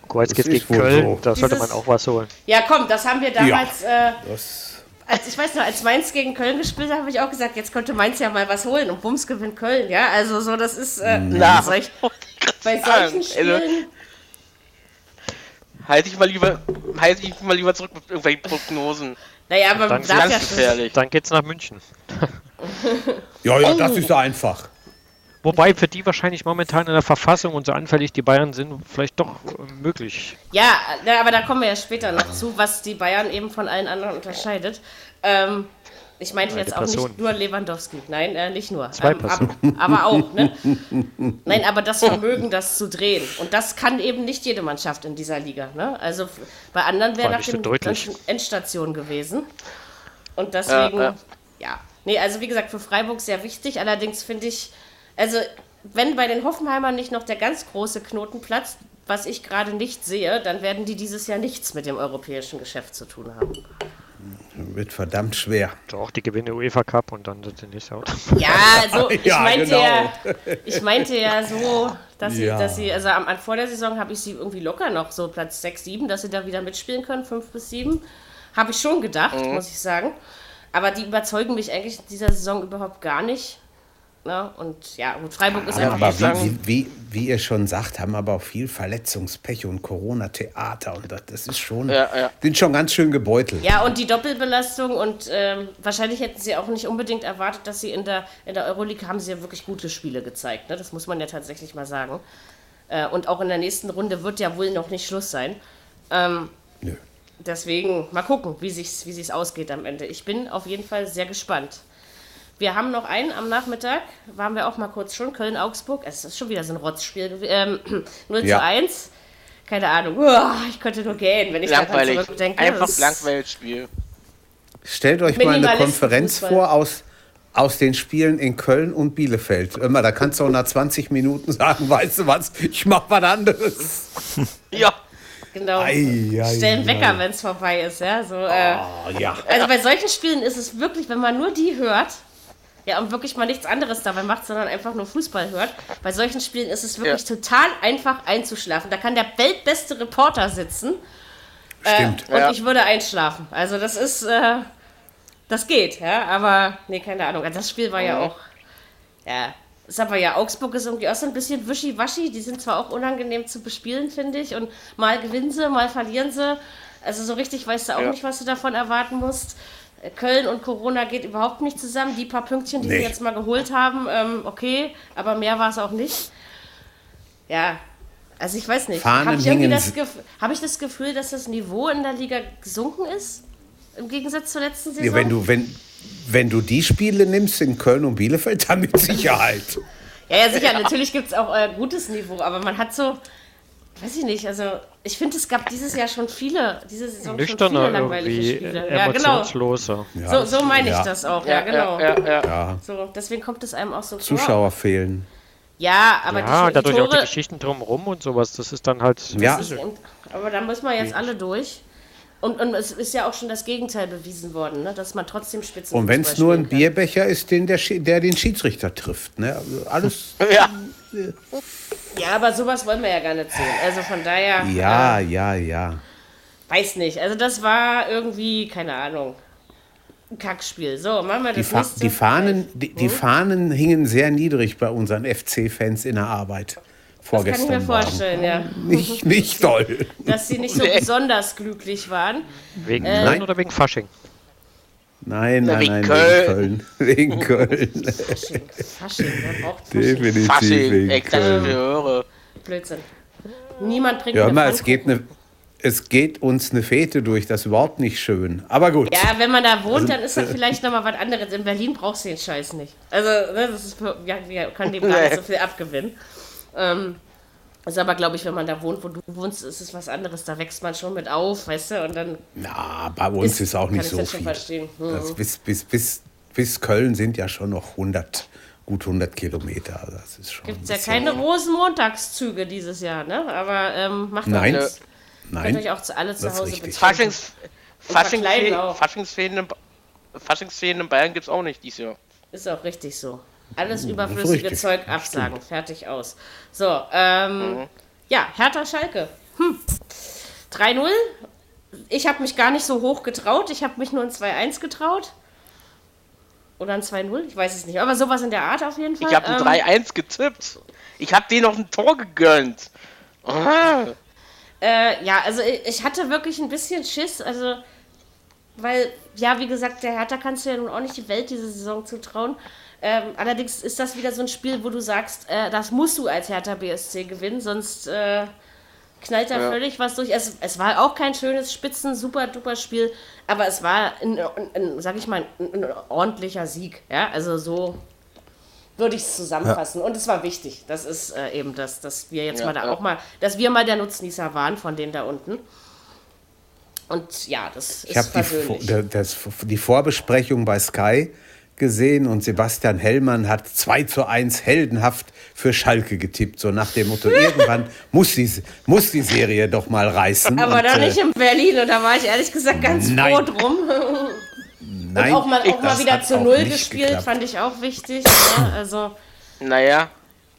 E: Gut, jetzt
D: Das
E: geht's
D: ist wohl
E: gegen Köln,
D: so.
E: da sollte man
B: Dieses-
E: auch was holen.
B: ja, komm, das haben wir damals. Äh,
D: Das-
B: als ich weiß noch, als Mainz gegen Köln gespielt hat, habe ich auch gesagt, jetzt könnte Mainz ja mal was holen und Bums gewinnt Köln, ja. Also so, das ist äh,
D: Mhm.
C: Na,
B: solch, bei solchen
C: sagen, also-
B: Spielen.
C: Halte ich mal lieber, halte ich mal lieber zurück mit irgendwelchen Prognosen.
B: Naja, aber man
E: Ganz-
B: darf ja
C: Ganz
B: schon.
C: gefährlich.
E: Dann geht's nach München.
D: ja, ja, das ist einfach.
E: Wobei für die wahrscheinlich momentan in der Verfassung und so anfällig die Bayern sind, vielleicht doch äh, möglich.
B: Ja, na, aber da kommen wir ja später noch zu, was die Bayern eben von allen anderen unterscheidet. Ähm, ich meinte jetzt auch
E: Person.
B: nicht nur Lewandowski, nein, äh, nicht nur.
E: Zwei
B: ähm, ab, aber auch, ne? Nein, aber das Vermögen, das zu drehen. Und das kann eben nicht jede Mannschaft in dieser Liga. Ne? Also f- bei anderen wäre
E: War
B: nach
E: nicht
B: dem
E: so deutlich.
B: ganzen Endstation gewesen. Und deswegen,
C: Ja, ja.
B: ja, Nee, also wie gesagt, für Freiburg sehr wichtig. Allerdings finde ich, also wenn bei den Hoffenheimern nicht noch der ganz große Knoten platzt, was ich gerade nicht sehe, dann werden die dieses Jahr nichts mit dem europäischen Geschäft zu tun haben.
D: Wird verdammt schwer.
E: Doch, die gewinnen den UEFA Cup und dann sind sie nicht out.
B: Ja, so, ich,
D: Ja,
B: meinte
D: genau.
B: ja, ich meinte ja so, dass sie,
D: Ja.
B: dass sie, also am, an vor der Saison habe ich sie irgendwie locker noch so Platz 6, 7, dass sie da wieder mitspielen können, 5 bis 7. Habe ich schon gedacht,
D: Mhm.
B: muss ich sagen. Aber die überzeugen mich eigentlich in dieser Saison überhaupt gar nicht. Na, und ja, gut, Freiburg ist einfach
D: Aber wie,
C: sagen-
D: wie, wie, wie ihr schon sagt, haben aber auch viel Verletzungspech und Corona-Theater. Und das, das ist schon,
C: Ja, ja.
D: sind schon ganz schön gebeutelt.
B: Ja, und die Doppelbelastung und ähm, wahrscheinlich hätten sie auch nicht unbedingt erwartet, dass sie in der, in der Euroleague haben sie ja wirklich gute Spiele gezeigt. Ne? Das muss man ja tatsächlich mal sagen. Äh, und auch in der nächsten Runde wird ja wohl noch nicht Schluss sein. Ähm,
D: Nö.
B: Deswegen mal gucken, wie sich's, wie sich's ausgeht am Ende. Ich bin auf jeden Fall sehr gespannt. Wir haben noch einen am Nachmittag, waren wir auch mal kurz schon, Köln-Augsburg. Es ist schon wieder so ein Rotzspiel gewesen. Ähm, 0
D: Ja.
B: zu 1. Keine Ahnung. Uah, ich könnte nur gähnen, wenn ich daran
C: Langweilig.
B: zurückdenke.
C: Einfach
B: Das-
C: langweiliges Spiel.
D: Stellt euch mal eine
B: Minimalisten-
D: Konferenz
B: Fußball.
D: vor aus, aus den Spielen in Köln und Bielefeld. Immer, da kannst du auch nach 20 Minuten sagen, weißt du was, ich mach was anderes.
C: Ja.
B: Genau.
D: Ei, ei,
B: Stellen Wecker, wenn es vorbei ist, ja. So, äh,
D: Ah, ja.
B: also bei solchen Spielen ist es wirklich, wenn man nur die hört, ja, und wirklich mal nichts anderes dabei macht, sondern einfach nur Fußball hört, bei solchen Spielen ist es wirklich total einfach einzuschlafen. Da kann der weltbeste Reporter sitzen
D: Stimmt.
B: Äh, und
C: Ja.
B: ich würde einschlafen. Also das ist, äh, das geht, ja, aber nee, keine Ahnung. Also Das Spiel war
C: Mhm.
B: ja auch, ja, ist aber ja, Augsburg ist irgendwie auch so ein bisschen wischiwaschi. Die sind zwar auch unangenehm zu bespielen, finde ich, und mal gewinnen sie, mal verlieren sie. Also so richtig weißt du auch
C: Ja.
B: nicht, was du davon erwarten musst. Äh, Köln und Corona geht überhaupt nicht zusammen. Die paar Pünktchen, die
D: Nee.
B: sie jetzt mal geholt haben, ähm, okay, aber mehr war es auch nicht. Ja, also ich weiß nicht.
D: Fahnen
B: Habe ich, irgendwie
D: hingen
B: das
D: sie-
B: Gef- hab ich das Gefühl, dass das Niveau in der Liga gesunken ist? Im Gegensatz zur letzten Saison?
D: Ja, wenn, du, wenn, wenn du die Spiele nimmst in Köln und Bielefeld, dann mit Sicherheit.
B: ja, ja, sicher, natürlich gibt es auch äh, gutes Niveau, aber man hat so, weiß ich nicht, also ich finde, es gab dieses Jahr schon viele, diese Saison schon viele
E: Nüchterner
B: langweilige
E: irgendwie,
B: Spiele.
E: äh,
B: Ja, genau.
E: emotionsloser.
B: So, so meine ich
D: Ja.
B: das auch, ja, genau.
C: Ja, ja, ja.
B: So, deswegen kommt es einem auch so vor.
D: Zuschauer fehlen.
B: Ja, aber
E: Ja,
B: die, die
E: dadurch auch die
B: Tore,
E: Geschichten drumherum und sowas, das ist dann halt
D: Ja,
B: Und, aber da müssen wir jetzt alle durch. Und, und es ist ja auch schon das Gegenteil bewiesen worden, ne? dass man trotzdem Spitzen
D: und wenn es nur ein Bierbecher ist, den der, Schi- der den Schiedsrichter trifft. Ne? Also Alles,
C: ja.
B: Ja, aber sowas wollen wir ja gar nicht sehen. Also von daher. ähm,
D: ja, ja, ja.
B: Weiß nicht. Also das war irgendwie, keine Ahnung. Ein Kackspiel. So, machen wir
D: Die,
B: das
D: Fa
B: nächste.
D: die, Fahnen, die, die Fahnen hingen sehr niedrig bei unseren FC-Fans in der Arbeit
B: das kann ich
D: vorgestern.
B: mir
D: Morgen.
B: vorstellen, ja.
D: Nicht, nicht toll.
B: Dass sie nicht so besonders glücklich waren.
E: wegen
D: Äh,
E: Köln
D: Nein.
E: oder wegen Fasching.
D: Nein, nein,
C: wegen
D: nein,
C: Köln.
D: wegen Köln. Wegen Köln.
B: Fasching, Fasching, wer braucht Fasching?
D: Definitiv
C: Fasching.
D: wegen
C: Ey,
D: Köln.
C: das höre.
B: Blödsinn. Niemand bringt
D: Ja, hör
B: eine
D: mal, es
B: Pfannkuchen.
D: geht, ne, es geht uns eine Fete durch, das ist überhaupt nicht schön. Aber gut.
B: Ja, wenn man da
D: Also,
B: wohnt, dann
D: äh,
B: ist das vielleicht nochmal was anderes. In Berlin brauchst du den Scheiß nicht. Also, ne, das ist, für- ja, wir können dem gar nicht so viel abgewinnen. Ähm, ist aber, glaube ich, wenn man da wohnt, wo du wohnst, ist es was anderes. Da wächst man schon mit auf, weißt du, und dann
D: Na, bei uns ist, auch
B: kann
D: nicht
B: ich
D: so
B: das schon
D: viel.
B: verstehen. Hm.
D: Das bis, bis, bis, bis Köln sind ja schon noch 100, gut 100 Kilometer. Also Das ist schon.
B: Gibt ja keine Rosenmontagszüge dieses Jahr, ne? Aber ähm, macht doch
D: Nein.
B: nichts. Könnt
D: Nein,
B: euch auch zu alle zu
D: das ist
B: Hause
D: richtig.
B: betrinken.
C: Faschings,
B: verkleiden
C: Faschingsferien,
B: auch.
C: Faschingsferien, in, Ba- Faschingsferien in Bayern gibt's auch nicht dieses Jahr.
B: Ist auch richtig so. Alles überflüssige
D: richtig.
B: Zeug absagen. Fertig aus. So, ähm,
C: Mhm.
B: ja, Hertha Schalke. Hm. 3-0. Ich habe mich gar nicht so hoch getraut. Ich habe mich nur ein 2-1 getraut. Oder ein 2-0, ich weiß es nicht. Aber sowas in der Art auf jeden Fall. Ähm,
C: Ich habe ein 3-1 getippt. Ich habe denen noch ein Tor gegönnt. Ah.
B: Äh, ja, also ich ich hatte wirklich ein bisschen Schiss, also weil, ja, wie gesagt, der Hertha kannst du ja nun auch nicht die Welt diese Saison zutrauen. Ähm, allerdings ist das wieder so ein Spiel, wo du sagst, äh, das musst du als Hertha BSC gewinnen, sonst äh, knallt da völlig was durch. Es, es war auch kein schönes Spitzen, super duper Spiel, aber es war, ein, ein, ein, sag ich mal, ein, ein ordentlicher Sieg. Ja, also so würde ich es zusammenfassen. Und es war wichtig. Das ist äh, eben das, dass wir jetzt mal da
C: ja.
B: auch mal, dass wir mal der Nutznießer waren von denen da unten. Und ja, das
D: ich
B: ist
D: habe die, Vor-
B: versöhnlich.
D: da- das- die Vorbesprechung bei Sky gesehen und Sebastian Hellmann hat 2 zu 1 heldenhaft für Schalke getippt. So nach dem Motto, irgendwann muss die, muss die Serie doch mal reißen.
B: Aber
D: Und,
B: da
D: äh,
B: nicht in Berlin und da war ich ehrlich gesagt ganz
D: Nein.
B: froh drum.
D: nein,
B: auch mal, auch mal
D: das
B: wieder
D: hat
B: zu
D: auch
B: Null
D: nicht
B: gespielt,
D: geklappt.
B: fand ich auch wichtig. Ja, also
C: Naja,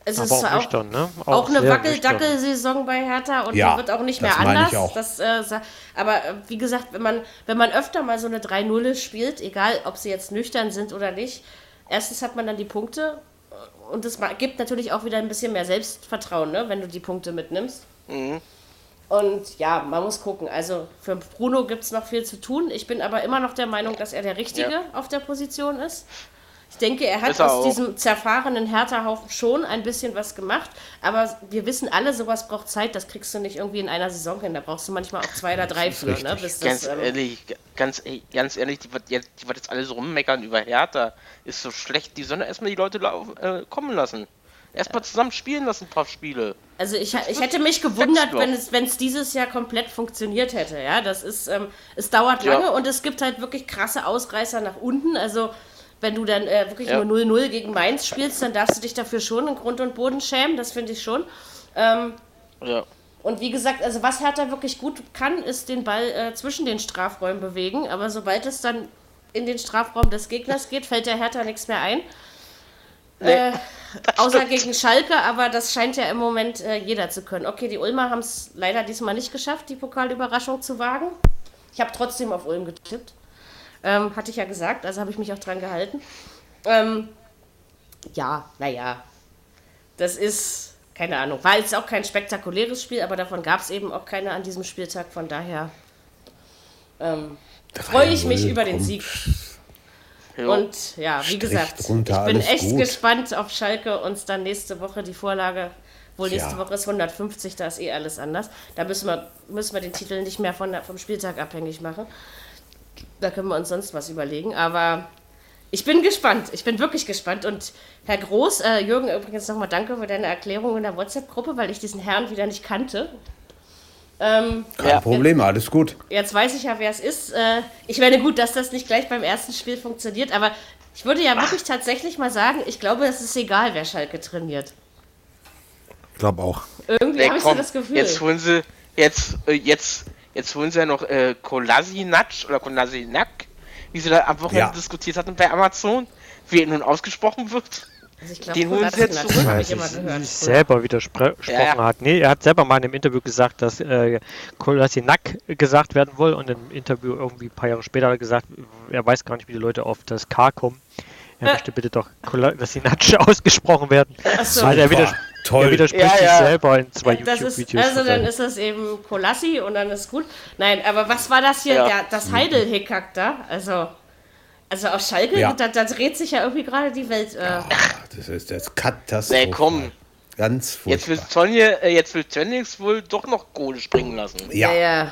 B: es ist
E: Aber auch
B: zwar auch,
E: nüchtern, ne?
B: auch, eine
E: sehr
B: Wackel-Dackel-Saison bei Hertha und
D: Ja,
B: die wird auch nicht
D: das
B: mehr
D: meine
B: anders.
D: ich auch.
B: Das, äh, sa- aber äh, wie gesagt, wenn man, wenn man öfter mal so eine 3-0 spielt, egal ob sie jetzt nüchtern sind oder nicht, erstens hat man dann die Punkte äh, und es ma- gibt natürlich auch wieder ein bisschen mehr Selbstvertrauen, ne, wenn du die Punkte mitnimmst.
D: Mhm.
B: Und ja, man muss gucken. Also für Bruno gibt es noch viel zu tun. Ich bin aber immer noch der Meinung, dass er der Richtige
C: Ja.
B: auf der Position ist. Ich denke, er hat
C: Ist er
B: aus
C: auch.
B: diesem zerfahrenen Hertha-Haufen schon ein bisschen was gemacht. Aber wir wissen alle, sowas braucht Zeit. Das kriegst du nicht irgendwie in einer Saison hin. Da brauchst du manchmal auch zwei oder drei für. Ne? Bis
C: ganz
B: das, ähm,
C: ehrlich, g- ganz, e- ganz ehrlich, die wird jetzt, die wird jetzt alle so rummeckern über Hertha. Ist so schlecht, die sollen erstmal die Leute laufen, äh, kommen lassen. Erstmal zusammen spielen lassen, ein paar Spiele.
B: Also ich, ich hätte mich gewundert,
C: doch.
B: wenn es, wenn es dieses Jahr komplett funktioniert hätte. Ja, das ist, ähm, es dauert lange
C: Ja.
B: und es gibt halt wirklich krasse Ausreißer nach unten. Also wenn du dann äh, wirklich
C: Ja.
B: nur 0-0 gegen Mainz spielst, dann darfst du dich dafür schon in Grund und Boden schämen. Das finde ich schon. Ähm,
C: Ja.
B: und wie gesagt, also was Hertha wirklich gut kann, ist den Ball äh, zwischen den Strafräumen bewegen. Aber sobald es dann in den Strafraum des Gegners geht, fällt der Hertha nichts mehr ein. äh, außer gegen Schalke, aber das scheint ja im Moment äh, jeder zu können. Okay, die Ulmer haben es leider diesmal nicht geschafft, die Pokalüberraschung zu wagen. Ich habe trotzdem auf Ulm getippt. Ähm, hatte ich ja gesagt, also habe ich mich auch dran gehalten. Ähm, ja, naja, das ist, keine Ahnung, war jetzt auch kein spektakuläres Spiel, aber davon gab es eben auch keine an diesem Spieltag. Von daher ähm, freue ich mich
D: 3-0,
B: über den
D: komm.
B: Sieg.
C: Jo.
B: Und ja, wie
D: Strich
B: gesagt,
D: drunter,
B: ich bin
D: alles
B: echt
D: gut.
B: gespannt auf Schalke uns dann nächste Woche die Vorlage. Wohl nächste
D: Ja.
B: Woche ist 150, da ist eh alles anders. Da müssen wir, müssen wir den Titel nicht mehr von, der- vom Spieltag abhängig machen. Da können wir uns sonst was überlegen. Aber ich bin gespannt. Ich bin wirklich gespannt. Und Herr Groß, äh, Jürgen, übrigens nochmal danke für deine Erklärung in der WhatsApp-Gruppe, weil ich diesen Herrn wieder nicht kannte. Ähm,
D: Kein Problem, alles gut.
B: Jetzt weiß ich ja, wer es ist. Äh, Ich meine, gut, dass das nicht gleich beim ersten Spiel funktioniert, aber ich würde ja wirklich tatsächlich mal sagen, ich glaube, es ist egal, wer Schalke trainiert.
F: Ich glaube auch.
B: Irgendwie
C: Nee,
B: habe ich so
C: komm,
B: das Gefühl.
C: Jetzt holen sie, jetzt, äh, jetzt, jetzt holen sie ja noch äh, Kolasinac oder Kolasinac, wie sie da am Wochenende
D: Ja.
C: diskutiert hatten bei Amazon, wie er nun ausgesprochen wird.
B: also ich glaube,
C: den holen sie jetzt zurück.
B: habe ich
E: Weiß
B: immer gehört.
E: sich selber widersprochen
C: Ja.
E: hat. Nee, er hat selber mal in einem Interview gesagt, dass äh, Kolasinak gesagt werden will und im Interview irgendwie ein paar Jahre später hat er gesagt, er weiß gar nicht, wie die Leute auf das K kommen. Er möchte bitte doch Kolasinac ausgesprochen werden.
B: so.
E: Weil er,
D: Super,
E: widers
D: toll.
E: er widerspricht
C: Ja,
E: sich
C: ja.
E: selber in zwei
B: Das ist,
E: YouTube-Videos.
B: also
E: von
B: dann
E: seinem-
B: ist das eben Kolassi und dann ist gut. Nein, aber was war das hier?
C: Ja.
B: Der, das Heidel-Hickhack da? Also, also auf Schalke,
D: Ja. Ah,
B: da, da dreht sich ja irgendwie gerade die Welt. Äh,
D: Das ist das katastrophal.
C: Nee, komm.
D: Ganz
C: Jetzt will
D: furchtbar.
C: Sonja, äh, jetzt will Tönnigs wohl doch noch Kohle springen lassen.
D: Ja,
B: ja.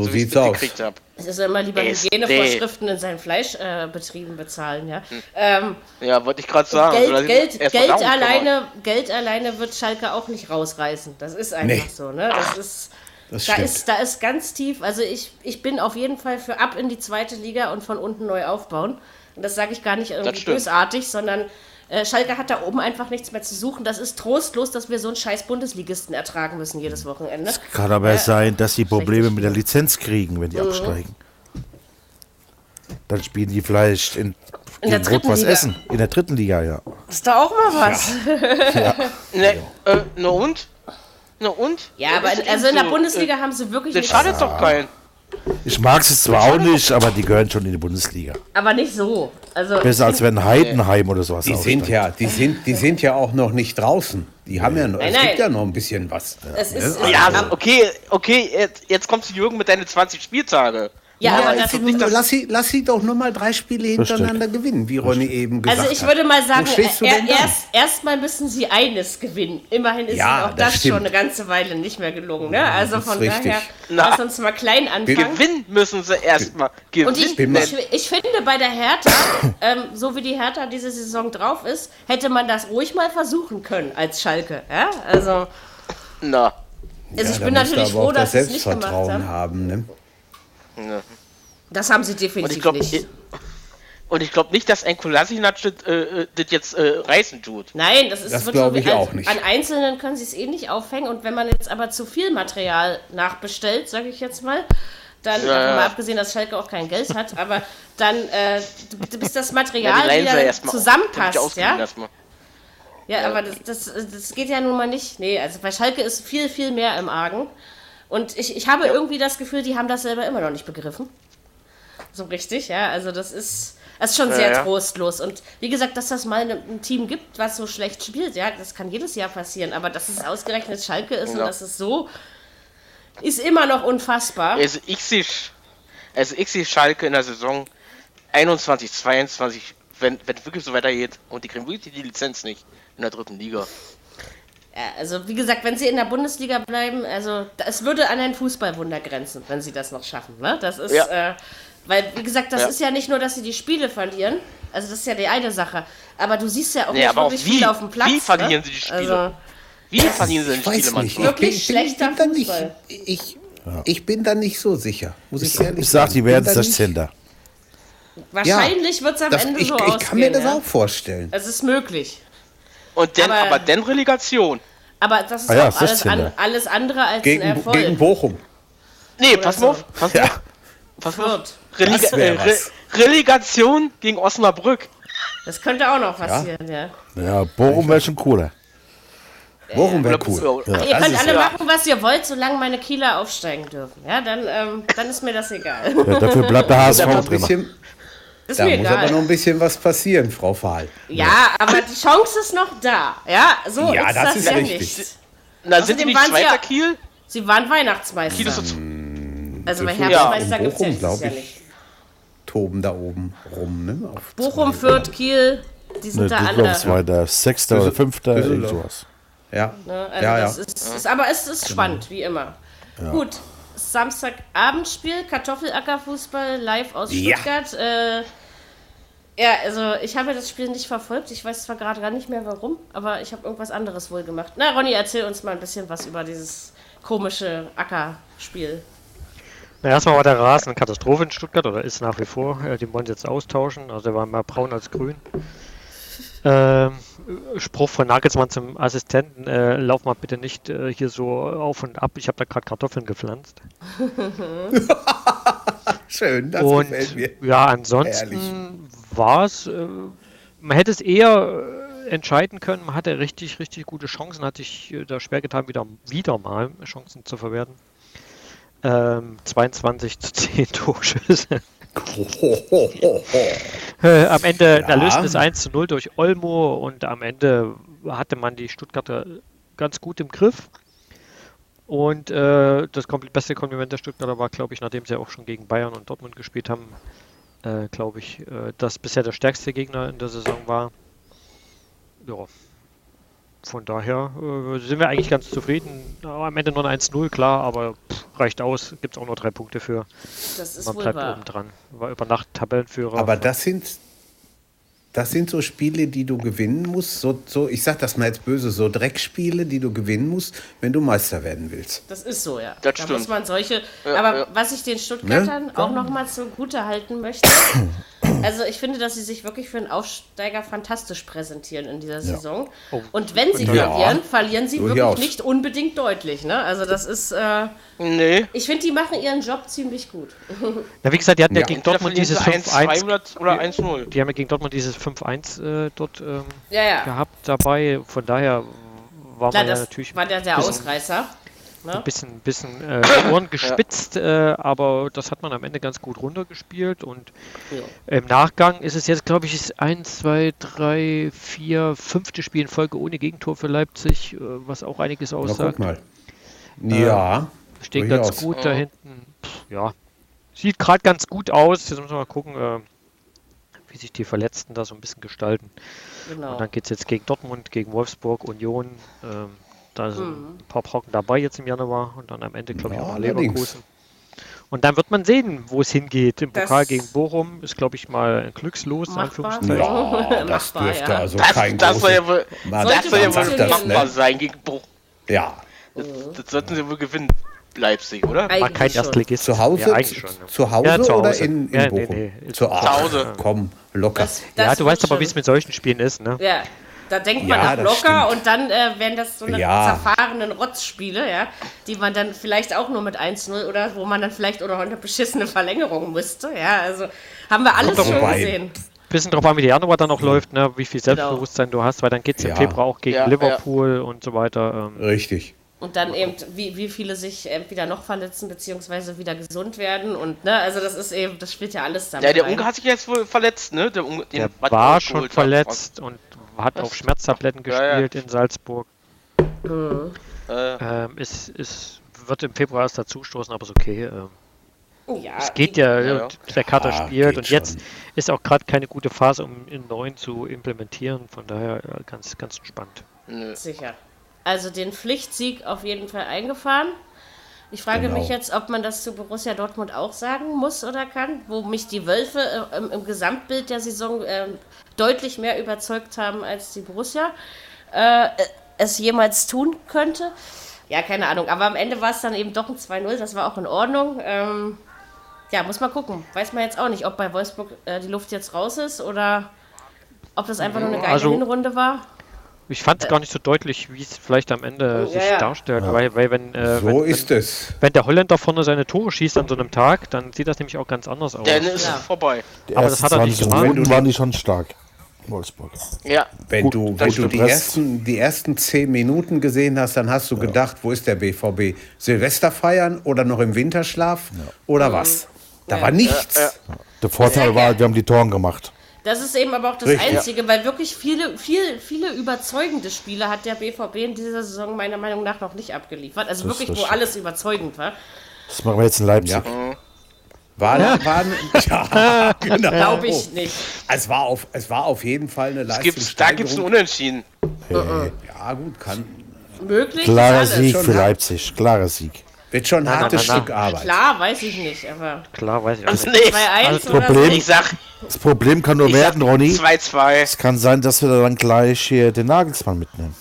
C: wie ich's
D: sieht's aus.
C: mitgekriegt hab.
B: Es ist ja immer lieber
C: Ist
B: Hygienevorschriften in seinen Fleischbetrieben äh, Betrieben bezahlen, ja.
C: Hm.
B: Ähm,
C: Ja, wollte ich gerade sagen. Soll er
B: Geld,
C: sich
B: Geld,
C: erst mal
B: Geld,
C: darum kümmern?
B: alleine, Geld alleine wird Schalke auch nicht rausreißen. Das ist einfach
D: Nee.
B: so, ne? Das ist.
D: Das
B: Da
D: stimmt.
B: ist, da ist ganz tief, also ich, ich bin auf jeden Fall für ab in die zweite Liga und von unten neu aufbauen. Und das sage ich gar nicht irgendwie
C: stimmt.
B: bösartig, sondern äh, Schalke hat da oben einfach nichts mehr zu suchen. Das ist trostlos, dass wir so einen scheiß Bundesligisten ertragen müssen jedes Wochenende.
F: Kann aber sein, dass sie Probleme
B: Schlechtes Mhm.
F: mit der Lizenz kriegen, wenn die absteigen. Dann spielen die vielleicht in,
B: In der
F: gegen
B: dritten
F: Rot-Weiß
B: Liga.
F: Essen. In der dritten Liga, ja.
B: Ist da auch mal was?
C: Ne, äh, na und? Na und?
B: Ja, aber
C: Was ist denn
B: also in der
C: so? äh,
B: Bundesliga haben sie wirklich
C: Das
B: nichts.
C: schadet doch keinen.
F: Ich mag sie zwar auch nicht, aber die gehören schon in die Bundesliga.
B: Aber nicht so. Also
F: Besser als wenn Heidenheim oder sowas
D: Die sind ja, die sind, die sind ja auch noch nicht draußen. Die haben ja noch, es
B: Nein,
D: gibt ja
B: nein.
D: noch ein bisschen was.
B: es ist.
C: Ja, na, okay, okay, jetzt, jetzt kommst du Jürgen mit deinen 20 Spieltage.
B: Ja, aber
C: das
B: das,
C: ist nicht das-
D: lass, sie, lass sie doch nur mal drei Spiele hintereinander gewinnen, wie Ronny eben gesagt
B: also ich würde mal sagen, äh,
D: Wo stehst du
B: er-
D: denn dann?
B: erst erstmal müssen sie eines gewinnen. Immerhin ist
D: Ja,
B: ihnen auch das,
D: das
B: schon
D: stimmt.
B: eine ganze Weile nicht mehr gelungen. Ne? Also
D: das ist
B: von
D: richtig.
B: daher,
C: Na.
B: lass uns mal klein anfangen.
C: Gewinnen müssen sie erstmal.
B: Und
C: Gewinnen.
B: ich,
D: bin mal-
B: ich, ich finde, bei der Hertha, ähm, so wie die Hertha diese Saison drauf ist, hätte man das ruhig mal versuchen können als Schalke. Ja? Also, also
C: na,
B: ich
D: da
B: bin
D: musst du
B: natürlich
D: aber auch
B: froh, dass
D: das
B: sie es nicht gemacht haben.
D: Selbstvertrauen haben. Ne?
B: Das haben sie
C: und ich
B: definitiv
C: glaube
B: nicht.
C: und ich glaube nicht, dass ein Kolasinac das, äh, äh, das jetzt äh, reißen tut.
B: Nein, das ist
D: Das
B: wird so
D: glaub
B: wie-
D: ich
B: also
D: auch nicht.
B: An Einzelnen können sie es eh nicht aufhängen und wenn man jetzt aber zu viel Material nachbestellt, sage ich jetzt mal, dann
C: Ja,
B: davon
C: ja.
B: mal abgesehen, dass Schalke auch kein Geld hat, aber dann äh, d- bis das
C: Ja,
B: Material
C: die leihen sie
B: wieder
C: erstmal.
B: zusammenpasst, ja?
C: Erstmal.
B: Ja, aber das, das, das geht ja nun mal nicht. Nee, also bei Schalke ist viel, viel mehr im Argen. Und ich, ich habe irgendwie das Gefühl, die haben das selber immer noch nicht begriffen. So richtig, ja. Also das ist, das ist schon sehr
C: ja.
B: trostlos. Und wie gesagt, dass das mal ein, ein Team gibt, was so schlecht spielt, ja, das kann jedes Jahr passieren. Aber dass es ausgerechnet Schalke ist und
C: Ja.
B: dass es so ist immer noch unfassbar.
C: Also ich sehe also ich sehe Schalke in der Saison 21, 22, wenn wenn wirklich so weitergeht und die kriegen wirklich die Lizenz nicht in der dritten Liga.
B: Ja, also wie gesagt, wenn sie in der Bundesliga bleiben, also da- es würde an ein Fußballwunder grenzen, wenn sie das noch schaffen. Ne? Das ist,
C: Ja.
B: äh, weil wie gesagt, das
C: Ja.
B: ist ja nicht nur, dass sie die Spiele verlieren, also das ist ja die eine Sache, aber du siehst ja auch
C: Nee,
B: nicht
C: aber auch
B: wirklich
C: wie-
B: viel auf dem Platz.
C: wie verlieren
B: ne?
C: sie die Spiele? Wie verdienen sie denn
D: Ich weiß
C: Spiele
D: nicht.
C: manchmal?
D: Ich bin,
B: Wirklich
D: ich bin, ich
B: schlechter
D: bin da nicht,
B: Fußball.
D: ich, ich bin da nicht so sicher. Muss ich,
F: Ich,
D: ehrlich
F: ich sag,
D: sagen.
F: die
D: Bin
F: werden
D: da
F: das
D: nicht-
F: Zentner.
B: Wahrscheinlich wird es am
D: Das,
B: Ende
D: ich
B: so
D: ich
B: ausgehen.
D: kann mir das
B: ja.
D: auch vorstellen.
B: Es ist möglich.
C: Und dann
B: Aber-
C: aber, dann Relegation.
B: Aber das ist
F: Ah ja,
B: auch alles,
F: 16
B: an,
F: ja.
B: alles andere als ein
D: Gegen,
B: Erfolg.
D: gegen Bochum.
C: Nee, pass mal
B: so.
C: auf, pass mal
F: Ja.
C: auf. Pass mal auf.
B: Fürth.
C: Relega
D: Das wär
C: äh, Re
D: was.
C: Relegation gegen Osnabrück.
B: Das könnte auch noch passieren, ja.
F: Ja, Bochum wäre schon cooler.
D: Bochum wäre
C: Oder-
D: cool.
C: oder-
B: Ihr
D: das
B: könnt
D: ist
B: alle
C: ja-
B: machen, was ihr wollt, solange meine Kieler aufsteigen dürfen. Ja, dann, ähm, dann ist mir das egal.
F: Ja, dafür bleibt der HSV
D: Ein
F: drin.
D: bisschen,
B: Ist
D: da
B: mir
D: muss
B: egal.
D: aber noch ein bisschen was passieren, Frau Fahl.
B: Ja, aber die Chance ist noch da. Ja, so
D: Ja,
B: ist
D: das
B: das,
D: ist
B: ja
D: richtig.
B: nicht.
C: Na, sind die
B: Außerdem
C: nicht
B: waren sie ja-
C: Zweiter Kiel?
B: Sie waren Weihnachtsmeister.
C: Kiel ist so zu-
B: also bei
C: Ja,
B: Herbstmeister
D: in
B: gibt es ja
D: Bochum,
B: dieses Jahr
D: glaub ich.
B: nicht.
D: Toben da oben rum. Ne? Auf
B: Bochum,
D: zwei.
B: Fürth, Kiel, die sind
F: Ne,
B: da
F: Düsseldorf
B: alle.
F: war der Sechster oder Fünfter, irgend
D: Düsseldorf.
F: sowas.
D: Ja,
B: Also
D: ja, Genau. ja.
B: das Ist, ist, aber es ist spannend, wie immer. Gut, Samstagabendspiel, Kartoffelackerfußball, live aus
D: Ja.
B: Stuttgart. Ja. Äh, ja, also ich habe das Spiel nicht verfolgt. Ich weiß zwar gerade gar nicht mehr warum, aber ich habe irgendwas anderes wohl gemacht. Na, Ronny, erzähl uns mal ein bisschen was über dieses komische Ackerspiel.
E: Na, erstmal war der Rasen eine Katastrophe in Stuttgart oder ist nach wie vor. Äh, Den wollen sie jetzt austauschen. Also der war mehr braun als grün. Ähm, Spruch von Nagelsmann zum Assistenten: äh, Lauf mal bitte nicht äh, hier so auf und ab. Ich habe da gerade Kartoffeln gepflanzt.
D: Schön, das
E: und
D: gefällt mir.
E: ja, ansonsten war es. Äh, man hätte es eher äh, entscheiden können. Man hatte richtig, richtig gute Chancen. Hat sich äh, da schwer getan, wieder, wieder mal Chancen zu verwerten. Ähm, 22 zu 10 Torschüsse.
D: Ho, ho, ho, ho, ho.
E: Äh, am Ende
D: Ja.
E: ein erlöstes 1 zu 0 durch Olmo und am Ende hatte man die Stuttgarter ganz gut im Griff. Und äh, das kompl- beste Kompliment der Stuttgarter war, glaube ich, nachdem sie auch schon gegen Bayern und Dortmund gespielt haben, äh, glaube ich, äh, dass bisher der stärkste Gegner in der Saison war. Ja. von daher äh, sind wir eigentlich ganz zufrieden. Aber am Ende nur ein 1-0, klar, aber pff, reicht aus. Gibt es auch noch drei Punkte für.
B: Das ist
E: Man
B: wohl
E: bleibt
B: wahr.
E: oben dran. War über Nacht Tabellenführer.
D: Aber das sind, das sind so Spiele, die du gewinnen musst. So, so, ich sag das mal jetzt böse, so Dreckspiele, die du gewinnen musst, wenn du Meister werden willst.
B: Das ist so, ja.
C: Das
B: da
C: stimmt.
B: muss man solche.
C: Ja,
B: aber
C: ja.
B: was ich den
D: Ne?
B: Stuttgartern auch nochmal zugute halten möchte, also ich finde, dass sie sich wirklich für einen Aufsteiger fantastisch präsentieren in dieser Saison.
E: Oh.
B: Und wenn sie
D: Ja.
B: verlieren, verlieren sie
D: Durchaus.
B: wirklich nicht unbedingt deutlich. Ne? Also das ist, äh,
C: Nee.
B: ich finde, die machen ihren Job ziemlich gut.
E: Na, wie gesagt, die hatten ja,
D: Ja.
E: gegen
C: Entweder
E: Dortmund
C: verlieren sie
E: dieses
C: 1-2
E: 5-1.
C: oder, oder 1-0.
E: Die haben ja gegen Dortmund dieses 5-1 äh, dort ähm,
B: Ja, ja.
E: gehabt dabei. Von daher war
B: Klar,
E: man ja
B: das
E: natürlich
B: war der, der
E: bisschen-
B: Ausreißer.
E: ein bisschen, bisschen äh, die Ohren gespitzt, äh, aber das hat man am Ende ganz gut runtergespielt und im Nachgang ist es jetzt, glaube ich, ist ein, zwei, drei, vier, fünfte Spiel in Folge ohne Gegentor für Leipzig, äh, was auch einiges
D: Na, guck
E: aussagt.
D: mal.
E: Äh,
D: Ja.
E: Stehen
D: durchaus.
E: ganz
B: Oh.
E: gut da
B: Hm.
E: hinten. Pff, ja, sieht gerade ganz gut aus. Jetzt müssen wir mal gucken, äh, wie sich die Verletzten da so ein bisschen gestalten.
B: Genau.
E: Und dann geht es jetzt gegen Dortmund, gegen Wolfsburg, Union. Ähm, da sind
B: Hm.
E: ein paar Brocken dabei jetzt im Januar und dann am Ende, glaube ich,
D: Ja,
E: auch noch
D: allerdings.
E: Leverkusen. Und dann wird man sehen, wo es hingeht. Im
B: Das-
E: Pokal gegen Bochum ist, glaube ich, mal ein Glückslos. in
B: Machbar.
E: Anführungszeichen.
D: Ja, das
B: Machbar,
D: dürfte
B: ja.
D: also
C: Das,
D: kein
C: das soll ja
D: großes...
C: wohl,
D: Mann,
C: das soll
B: Sollte
C: ja
D: man
C: wohl
D: sagt das,
C: machbar
D: ne?
C: sein gegen Bruch.
D: Ja.
C: Das, das sollten sie wohl gewinnen, Leipzig, oder?
E: Mal kein
B: Eigentlich schon.
E: Erstligist.
D: Zu Hause,
E: Ja, eigentlich schon. ja.
D: zu Hause,
E: Ja, zu
D: oder
E: Hause.
D: in, in
E: Ja, nee,
D: Bochum?
E: nee,
D: Zu
E: zu
C: Hause.
D: Hause. Komm, locker.
B: Das-
E: Ja,
B: das
E: du weißt
B: wird
E: aber, wie es
B: schon.
E: mit solchen Spielen ist, ne?
B: Ja, da denkt man
D: Ja,
B: auch
D: das
B: locker
D: stimmt.
B: und dann äh, werden das so eine
D: Ja.
B: zerfahrenen Rotzspiele, ja, die man dann vielleicht auch nur mit 1-0 oder wo man dann vielleicht oder eine beschissene Verlängerung müsste. Ja, also haben wir alles
D: Kommt doch
B: schon
D: vorbei.
B: gesehen.
E: bisschen drauf an, wie der Januar dann auch läuft, ne? wie viel Selbstbewusstsein du hast, weil dann geht es im
D: Mhm. Ja.
E: Februar auch gegen
C: Genau. Ja, ja.
E: Liverpool und so weiter. Ähm,
D: Richtig.
B: Und dann eben, wie, wie viele sich entweder noch verletzen, beziehungsweise wieder gesund werden. Und ne, also das ist eben, das spielt ja alles damit.
C: Ja, der
B: rein.
C: Unge hat sich jetzt wohl verletzt, ne? Der, Unge,
D: Äh,
C: den
E: der
C: hat man
E: war
C: auch
E: schon
C: geholt,
E: verletzt und hat auf Schmerztabletten
C: Ja, ja.
E: gespielt in Salzburg.
C: Äh,
E: Ähm, ist, ist, wird im Februar erst dazustoßen, aber ist okay. Ähm,
B: Oh ja,
E: es geht ja,
C: Ah, ja.
E: und der Kater
D: Ja,
E: spielt
D: Ah, geht
E: und jetzt
D: schon.
E: ist auch gerade keine gute Phase, um in neuen zu implementieren. Von daher ja, ganz, ganz entspannt.
B: sicher. Also den Pflichtsieg auf jeden Fall eingefahren. Ich frage
D: Genau.
B: mich jetzt, ob man das zu Borussia Dortmund auch sagen muss oder kann, wo mich die Wölfe äh, im, im Gesamtbild der Saison ähm, deutlich mehr überzeugt haben als die Borussia äh, es jemals tun könnte. Ja, keine Ahnung. Aber am Ende war es dann eben doch ein 2-0. Das war auch in Ordnung. Ähm, ja, muss man gucken. Weiß man jetzt auch nicht, ob bei Wolfsburg äh, die Luft jetzt raus ist oder ob das einfach nur eine geile
E: Also-
B: Hinrunde war.
E: Ich fand
C: Äh.
E: es gar nicht so deutlich, wie es vielleicht am Ende
B: Ja,
E: sich
B: ja.
E: darstellt, weil, weil wenn, äh,
D: So
E: wenn, wenn,
D: ist es.
E: Wenn der Holländer vorne seine Tore schießt an so einem Tag, dann sieht das nämlich auch ganz anders aus.
C: dann ist
B: Ja.
C: es vorbei.
F: Die
E: Aber das
F: ersten
E: hat er nicht
F: 20
E: gemacht.
F: Minuten waren die schon stark. Wolfsburg.
C: Ja.
D: Wenn
F: Gut,
D: du,
F: das
D: wenn du die,
F: stimmt.
D: ersten, die ersten zehn Minuten gesehen hast, dann hast du gedacht, wo ist der BVB? Silvester feiern oder noch im Winterschlaf
B: Mhm.
D: oder was? Da war nichts.
F: Der Vorteil war, wir haben die Toren gemacht.
B: Das ist eben aber auch das
D: Richtig.
B: Einzige, weil wirklich viele, viel, viele überzeugende Spiele hat der BVB in dieser Saison meiner Meinung nach noch nicht abgeliefert. Also
F: Das-
B: wirklich,
F: das
B: wo
F: stimmt.
B: alles überzeugend war.
F: Das machen wir jetzt in Leipzig.
D: War, war, ja, genau.
B: Glaube
C: Oh.
B: ich nicht.
D: Es war, auf, es war auf jeden Fall eine
C: Es Gibt's, da gibt es ein
D: Leistungssteigerung.
C: Unentschieden.
D: Ja gut, kann,
B: Möglich ist
F: Klarer
B: alles.
F: Sieg
D: schon
F: für
D: hart.
F: Leipzig. Klarer Sieg.
D: wird schon ein hartes
E: nein, nein.
D: Stück Arbeit.
B: Klar, weiß ich nicht, aber
E: Klar, weiß ich auch nicht.
C: Nee,
B: 2-1 oder
F: Problem-
B: so.
C: ich sag
F: Das Problem kann nur werden, Ronny.
C: 2-2.
F: Es kann sein, dass wir dann gleich hier den Nagelsmann mitnehmen.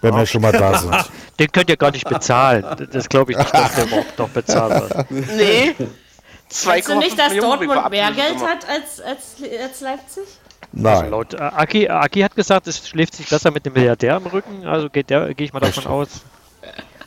F: Wenn wir schon mal da sind.
E: Den könnt ihr gar nicht bezahlen. D- Das glaube ich nicht, dass der überhaupt noch bezahlt wird.
C: Nee.
B: Meinst du nicht,
C: 2,5
B: dass
C: Millionen über
B: Dortmund mehr
C: Ablöse
B: Geld
C: gemacht.
B: hat als, als, als Leipzig?
F: Nein.
E: Laut äh, Aki, Aki hat gesagt, es schläft sich besser mit dem Milliardär im Rücken, also geht der, gehe ich mal davon aus.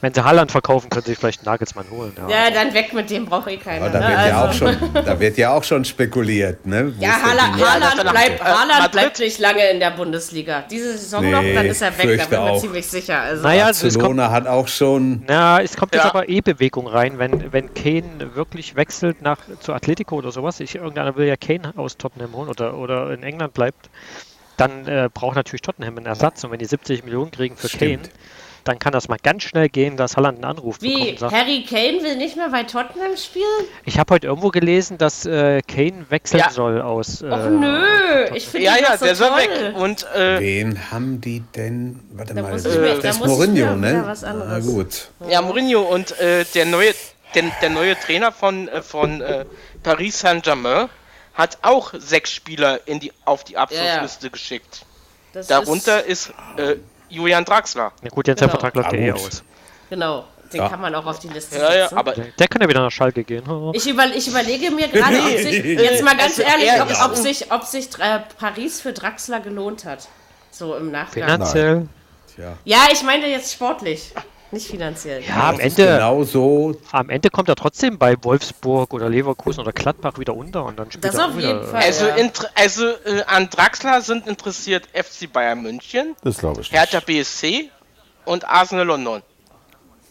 E: Wenn sie Haaland verkaufen, können sie vielleicht Nagelsmann holen. Ja.
B: Ja, dann weg mit dem, braucht eh keiner.
D: Aber da,
B: ne?
D: wird ja auch
B: Also-
D: schon, da wird ja auch schon spekuliert. Ne? Wo
B: Ja,
D: ist der
B: Haaland,
D: Ding?
C: das
B: Haaland,
C: dann-
B: bleibt,
C: äh,
B: Haaland
C: Madrid?
B: bleibt nicht lange in der Bundesliga. Diese Saison noch,
D: Nee,
B: dann ist er weg, da
D: fürchte
B: bin ich mir
D: auch.
B: ziemlich sicher. Also.
E: Naja, also es kommt,
D: Barcelona hat auch schon.
E: na, es kommt jetzt
C: Ja.
E: aber eh Bewegung rein, wenn, wenn Kane wirklich wechselt nach zu Atletico oder sowas. Ich, irgendeiner will ja Kane aus Tottenham holen oder, oder in England bleibt. Dann äh, braucht natürlich Tottenham einen Ersatz und wenn die 70 Millionen kriegen für
D: Stimmt.
E: Kane, dann kann das mal ganz schnell gehen, dass Holland einen Anruf bekommt.
B: Wie?
E: und sagt,
B: Harry Kane will nicht mehr bei Tottenham spielen?
E: Ich habe heute irgendwo gelesen, dass äh, Kane wechseln
C: Ja.
E: soll aus. Äh,
B: Och nö, ich finde
C: Ja,
B: ihn
C: ja,
B: doch so
C: der soll
B: toll.
C: weg. Und äh,
D: Wen haben die denn? Warte
B: Da
D: mal,
B: muss
D: das
B: ich mir-
D: ist
B: da
D: das
B: muss ich
D: Mourinho,
B: mir wieder
D: ne?
B: was
D: Na
B: anderes-
D: gut.
C: ja, Mourinho und äh, der neue der, der neue Trainer von äh, von äh, Paris Saint-Germain hat auch sechs Spieler in die auf die Abschlussliste geschickt.
B: Das
C: Darunter
B: Ist,
C: ist äh, Julian Draxler.
E: na gut, jetzt
B: Genau.
E: der Vertrag läuft
D: Ah,
E: ja eh
D: gut.
E: aus.
B: genau, den
D: Ja.
B: kann man auch auf die Liste
C: Ja, ja,
B: setzen.
C: aber
E: Der kann ja wieder nach Schalke gehen. Oh.
B: Ich, über, ich überlege mir gerade, ob sich, jetzt mal ganz
C: Also,
B: ehrlich,
C: ehrlich,
B: ob,
C: ja.
B: ob sich, ob sich äh, Paris für Draxler gelohnt hat. So im Nachgang.
E: Finanziell.
B: Ja, ich meine jetzt sportlich, nicht finanziell.
E: Ja, am
D: Das ist
E: Ende,
D: Genau so.
E: am Ende kommt er trotzdem bei Wolfsburg oder Leverkusen oder Gladbach wieder unter und dann spielt
B: Das
E: er
B: auf
E: auch wieder.
B: jeden Fall.
C: also
B: ja.
C: inter- also äh, an Draxler sind interessiert FC Bayern München,
F: Das glaube ich nicht.
C: Hertha BSC und Arsenal London.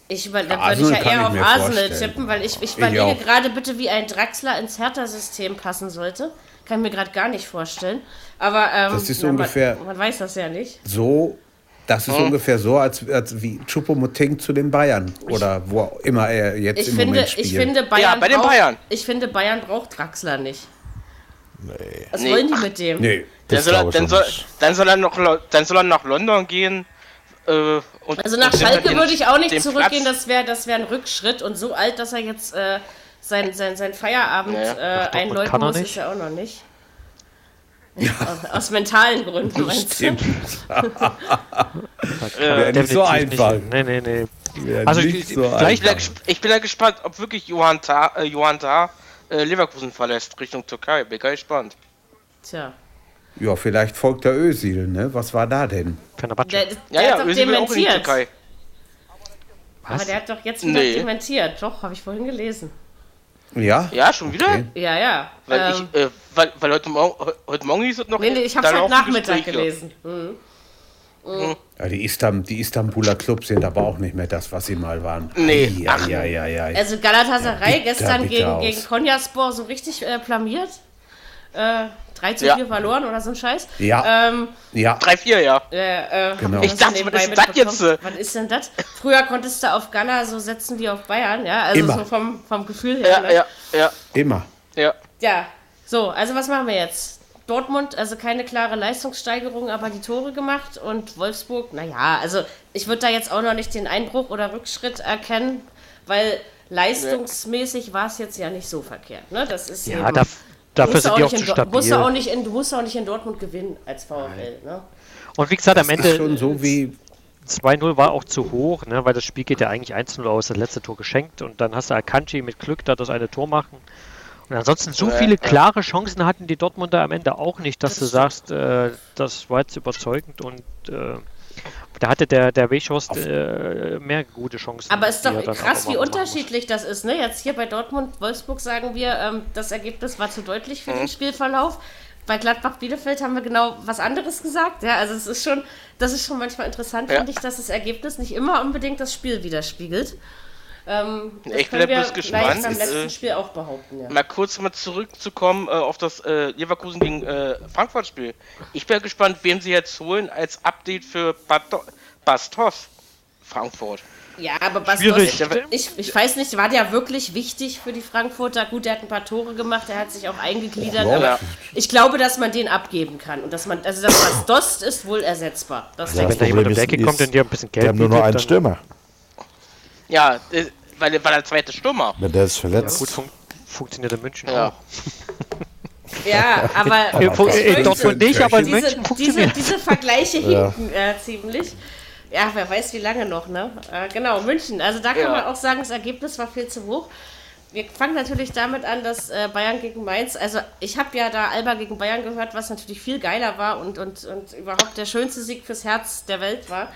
B: Ich über, da würde ich
D: Arsenal
B: ja
D: kann
B: eher
D: ich
B: auf
D: mir
B: Arsenal
D: vorstellen.
B: tippen, weil ich, ich
D: Ich
B: überlege
D: auch.
B: gerade bitte, wie ein Draxler ins Hertha-System passen sollte. Kann ich mir gerade gar nicht vorstellen. Aber ähm,
D: Das ist
B: na,
D: ungefähr-
B: Man, man weiß das ja nicht.
D: So, das
B: Hm.
D: ist ungefähr so, als, als wie Choupo-Moting zu den Bayern oder wo auch immer er jetzt
B: Ich
D: im
B: finde,
D: Moment
B: ich
D: spielt.
B: finde Bayern.
C: Ja, bei den
B: braucht,
C: Bayern.
B: Ich finde, Bayern braucht Draxler nicht. Nee. Was
C: Nee.
B: wollen die mit dem?
D: nee,
C: Dann
F: Das
C: soll, er,
F: glaube ich
C: dann,
F: auch
C: soll,
F: nicht.
C: dann, soll er noch, Lo- dann soll er nach London gehen. Äh, und,
B: Also nach
C: und nimmt
B: Schalke
C: den-
B: würde ich auch nicht
C: den
B: zurückgehen,
C: Platz.
B: das wäre das wär ein Rückschritt. Und so alt, dass er jetzt äh, sein, sein, sein Feierabend
C: Naja.
B: äh, einläuten
E: kann er
B: muss,
E: nicht.
B: ist er auch noch nicht. Aus, aus mentalen Gründen, meinst du?
D: stimmt.
E: Äh,
D: nicht so
E: definitiv
D: einfach.
E: Nicht. Nee, nee, nee.
D: Wäre
E: Also,
D: nicht so
C: Ich bin, da
E: vielleicht-
C: gesp- ich bin da gespannt, ob wirklich Johann Ta, äh, Johann Ta äh, Leverkusen verlässt Richtung Türkei. Bin gespannt.
B: Tja.
D: Ja, vielleicht folgt der Özil, ne? Was war da denn?
B: Der,
E: Fenerbahce.
B: der
C: Ja,
B: hat
C: ja,
B: doch
C: Özil will auch in die
B: dementiert.
C: Türkei.
B: Aber
E: Was?
B: der hat doch jetzt wieder
C: Nee.
B: dementiert. Doch, habe ich vorhin gelesen.
D: Ja?
C: Ja, schon wieder?
D: Okay.
B: Ja, ja.
C: Weil,
B: ähm,
C: ich, äh, weil, weil heute, Morgen, heute Morgen hieß es noch.
B: nee, nee, ich habe
C: da
B: es heute
C: laufen
B: Nachmittag
C: Gespräche.
B: gelesen. Mhm.
D: ja die, Istam, die Istanbuler Clubs sind aber auch nicht mehr das, was sie mal waren.
C: Nee,
D: Ja,
C: ach.
D: ja, ja, ja.
B: Also Galatasaray
D: Ja, bitter,
B: gestern
D: bitter
B: gegen,
D: aus.
B: gegen Konyaspor so richtig äh, blamiert. Äh, 3 zu
C: Ja.
B: 4 verloren oder so ein Scheiß.
D: Ja.
B: Ähm,
D: Ja,
C: 3-4, ja.
B: äh, äh,
D: Genau.
B: hab
D: Ich
C: dachte,
B: nebenbei
C: was ist das
B: mitbekommen.
C: jetzt?
B: Wann ist denn das? Früher konntest du auf Gala so setzen wie auf Bayern, ja? Also
D: Immer.
B: so vom, vom Gefühl her.
C: Ja,
B: ne?
C: ja, ja,
D: immer.
C: ja.
B: Ja, so, also was machen wir jetzt? Dortmund, also keine klare Leistungssteigerung, aber die Tore gemacht und Wolfsburg, naja, also ich würde da jetzt auch noch nicht den Einbruch oder Rückschritt erkennen, weil leistungsmäßig war es jetzt ja nicht so verkehrt. Ne? Das ist
E: Ja, da, dafür
B: musst du
E: sind die auch
B: nicht
E: zu
B: in Dor- musst du, auch
E: stabil.
B: nicht in, du musst auch nicht in Dortmund gewinnen als VfL. Ne?
E: Und wie gesagt, am
D: Das ist
E: Ende
D: schon so wie.
E: 2-0 war auch zu hoch, ne, weil das Spiel geht ja eigentlich 1-0 aus, das letzte Tor geschenkt und dann hast du Akanji mit Glück da das eine Tor machen. Und ansonsten so viele klare Chancen hatten die Dortmunder am Ende auch nicht, dass du sagst, äh, das war jetzt überzeugend und äh, da hatte der, der Weghorst äh, mehr gute Chancen.
B: Aber es ist
E: die
B: doch
E: er dann
B: krass,
E: aber
B: wie
E: machen muss.
B: unterschiedlich das ist. Ne? Jetzt hier bei Dortmund, Wolfsburg sagen wir, ähm, das Ergebnis war zu deutlich für
C: Mhm.
B: den Spielverlauf. Bei Gladbach-Bielefeld haben wir genau was anderes gesagt. Ja, also es ist schon, das ist schon manchmal interessant,
C: Ja.
B: finde ich, dass das Ergebnis nicht immer unbedingt das Spiel widerspiegelt. Ähm, das
C: Ich
B: können
C: bleib bloß
B: wir
C: gespannt.
B: vielleicht beim
C: Es,
B: letzten
C: äh,
B: Spiel auch behaupten. Ja.
C: Mal kurz mal zurückzukommen äh, auf das äh, Leverkusen gegen äh, Frankfurt-Spiel. Ich bin gespannt, wem sie jetzt holen als Update für Bato- Bastos Frankfurt.
B: ja, aber Bastos,
E: Schwierig.
B: ich, ich weiß nicht, war der wirklich wichtig für die Frankfurter? Gut, der hat ein paar Tore gemacht, der hat sich auch eingegliedert, aber
C: Ja.
B: Ich glaube, dass man den abgeben kann und dass man, also das, was Dost ist, wohl ersetzbar. Das
F: Ja,
B: denke
E: Wenn da jemand um die Ecke kommt und dir ein bisschen Geld
F: Die haben nur noch
E: bietet,
F: einen
E: dann-
F: Stürmer.
C: Ja, äh, weil, weil der zweite Stürmer.
F: Wenn der ist
E: Ja,
F: verletzt.
E: gut fun funktioniert in München
C: Ja.
E: auch.
D: Oh.
B: ich. Ja, aber
E: In,
F: Aber
E: in
F: das-
E: Dortmund nicht, aber in
B: diese,
E: München
B: diese,
E: funktioniert
B: diese Vergleiche hinken äh, ziemlich. Ja, wer weiß, wie lange noch, ne? Äh, genau, München. Also da kann
C: Ja.
B: man auch sagen, das Ergebnis war viel zu hoch. Wir fangen natürlich damit an, dass äh, Bayern gegen Mainz, also ich habe ja da Alba gegen Bayern gehört, was natürlich viel geiler war und, und, und überhaupt der schönste Sieg fürs Herz der Welt war.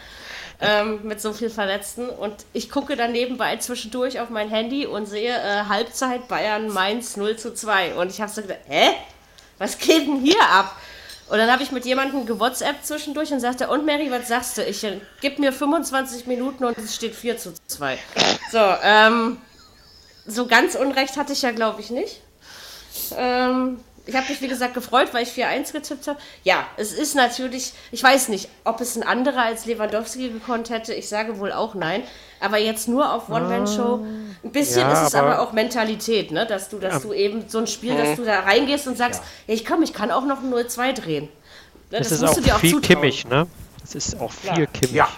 B: ähm, mit so viel Verletzten. Und ich gucke dann nebenbei zwischendurch auf mein Handy und sehe äh, Halbzeit Bayern Mainz 0 zu 2. Und ich habe so gedacht, hä? Was geht denn hier ab? Und dann habe ich mit jemandem gewhatsappt zwischendurch und sagte, und Mary, was sagst du? Ich äh, gib mir 25 Minuten und es steht 4 zu 2. So, ähm, so ganz Unrecht hatte ich ja, glaube ich, nicht. Ähm, Ich habe mich, wie gesagt, gefreut, weil ich 4-1 getippt habe. Ja, es ist natürlich, ich weiß nicht, ob es ein anderer als Lewandowski gekonnt hätte. Ich sage wohl auch nein. Aber jetzt nur auf One-Man-Show. Ein bisschen
E: Ja,
B: ist es aber,
E: aber
B: auch Mentalität, ne? dass du, dass du eben so ein Spiel, dass du da reingehst und sagst, ja. ich komm, ich kann auch noch ein 0-2 drehen. Ne,
E: Das, ist auch viel
B: zutrauen.
E: Kimmich, ne? Das ist auch viel Kimmich.
D: Ja,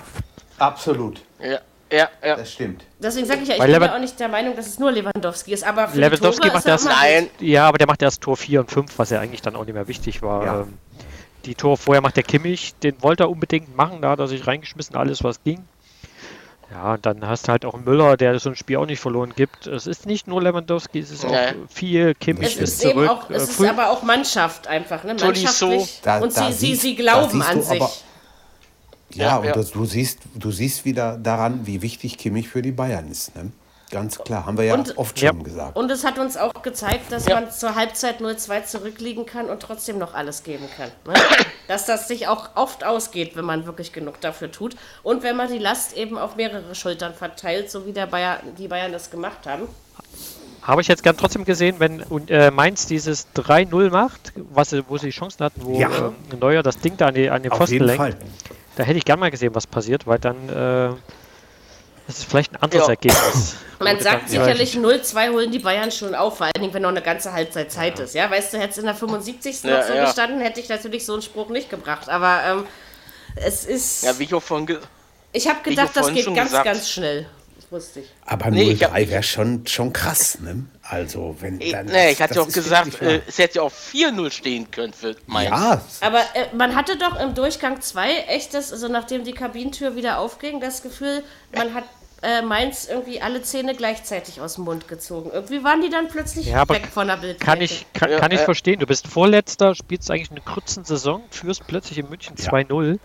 D: absolut.
C: Ja, ja, ja.
D: Das stimmt.
B: Deswegen sage ich ja, ich
E: Weil
B: bin
E: Lewand-
B: ja auch nicht der Meinung, dass es nur Lewandowski ist. Aber für die
E: Lewandowski
B: Tore
E: macht
B: ist er
E: das-
B: immer-
C: Nein,
E: Ja, aber der macht erst Tor 4 und 5, was ja eigentlich dann auch nicht mehr wichtig war.
D: Ja.
E: Ähm, Die Tore vorher macht der Kimmich, den wollte er unbedingt machen, da hat er sich reingeschmissen, alles was ging. Ja, und dann hast du halt auch einen Müller, der so ein Spiel auch nicht verloren gibt. Es ist nicht nur Lewandowski, es ist
C: Nee.
E: auch viel. Kimmich
B: Es
E: ist
B: ist, eben
E: zurück.
B: auch, es
E: äh,
B: ist
E: früh-
B: aber auch Mannschaft einfach, ne?
C: Toni, so-
B: Mannschaftlich.
D: Da-
B: und
D: da
B: sie, sie,
D: siehst-
B: sie
D: da
B: glauben
D: siehst
B: an
D: du
B: sich.
D: aber- Ja,
C: Ja,
D: und
C: ja.
D: Das, du, siehst, du siehst wieder daran, wie wichtig Kimmich für die Bayern ist. Ne? Ganz klar, haben wir ja
B: Und-
D: oft
E: Ja.
D: schon gesagt.
B: Und es hat uns auch gezeigt, dass
C: Ja.
B: man zur Halbzeit 0-2 zurückliegen kann und trotzdem noch alles geben kann. Ne? Dass das sich auch oft ausgeht, wenn man wirklich genug dafür tut. Und wenn man die Last eben auf mehrere Schultern verteilt, so wie der Bayer, die Bayern das gemacht haben.
E: Habe ich jetzt gern trotzdem gesehen, wenn und, äh, Mainz dieses 3-0 macht, was, sie- wo sie die Chancen hatten, wo
D: Ja.
E: ähm, Neuer das Ding da an, die, an den
D: Auf
E: Pfosten
D: jeden
E: lenkt.
D: Fall.
E: Da hätte ich gern mal gesehen, was passiert, weil dann äh, das ist vielleicht ein anderes
C: Ja.
E: Ergebnis.
B: Man
E: Wurde
B: sagt
E: dann vielleicht-
B: sicherlich, 0-2 holen die Bayern schon auf, vor allen Dingen, wenn noch eine ganze Halbzeit Zeit ist. Ja, weißt du, hättest in der 75.
C: Ja,
B: noch so
C: ja.
B: gestanden, hätte ich natürlich so einen Spruch nicht gebracht. Aber ähm, es ist.
C: ja, wie ich auch vorhin ge
B: ich habe
C: ich hab
B: gedacht, das
C: vorhin
B: geht
C: schon
B: ganz,
C: gesagt.
B: ganz schnell. Das wusste ich.
D: Aber
C: Nee, ich hab-
D: 0-3 wäre schon, schon krass. Ne? Also, wenn
C: Ich,
D: dann.
C: Äh, nee, ich hatte
D: das
C: auch
D: ist
C: gesagt,
D: wirklich wahr.
C: äh, es hätte ja auch 4-0 stehen können für Mainz.
D: ja,
B: Aber äh, man hatte doch im Durchgang 2 echt das, also nachdem die Kabinentür wieder aufging, das Gefühl, man hat äh, Mainz irgendwie alle Zähne gleichzeitig aus dem Mund gezogen. Irgendwie waren die dann plötzlich
E: Ja, aber
B: weg von der Bildfläche.
E: Kann ich, kann,
C: Ja,
E: kann ich
C: äh.
E: verstehen. Du bist Vorletzter, spielst eigentlich eine Krützensaison, führst plötzlich in München 2-0,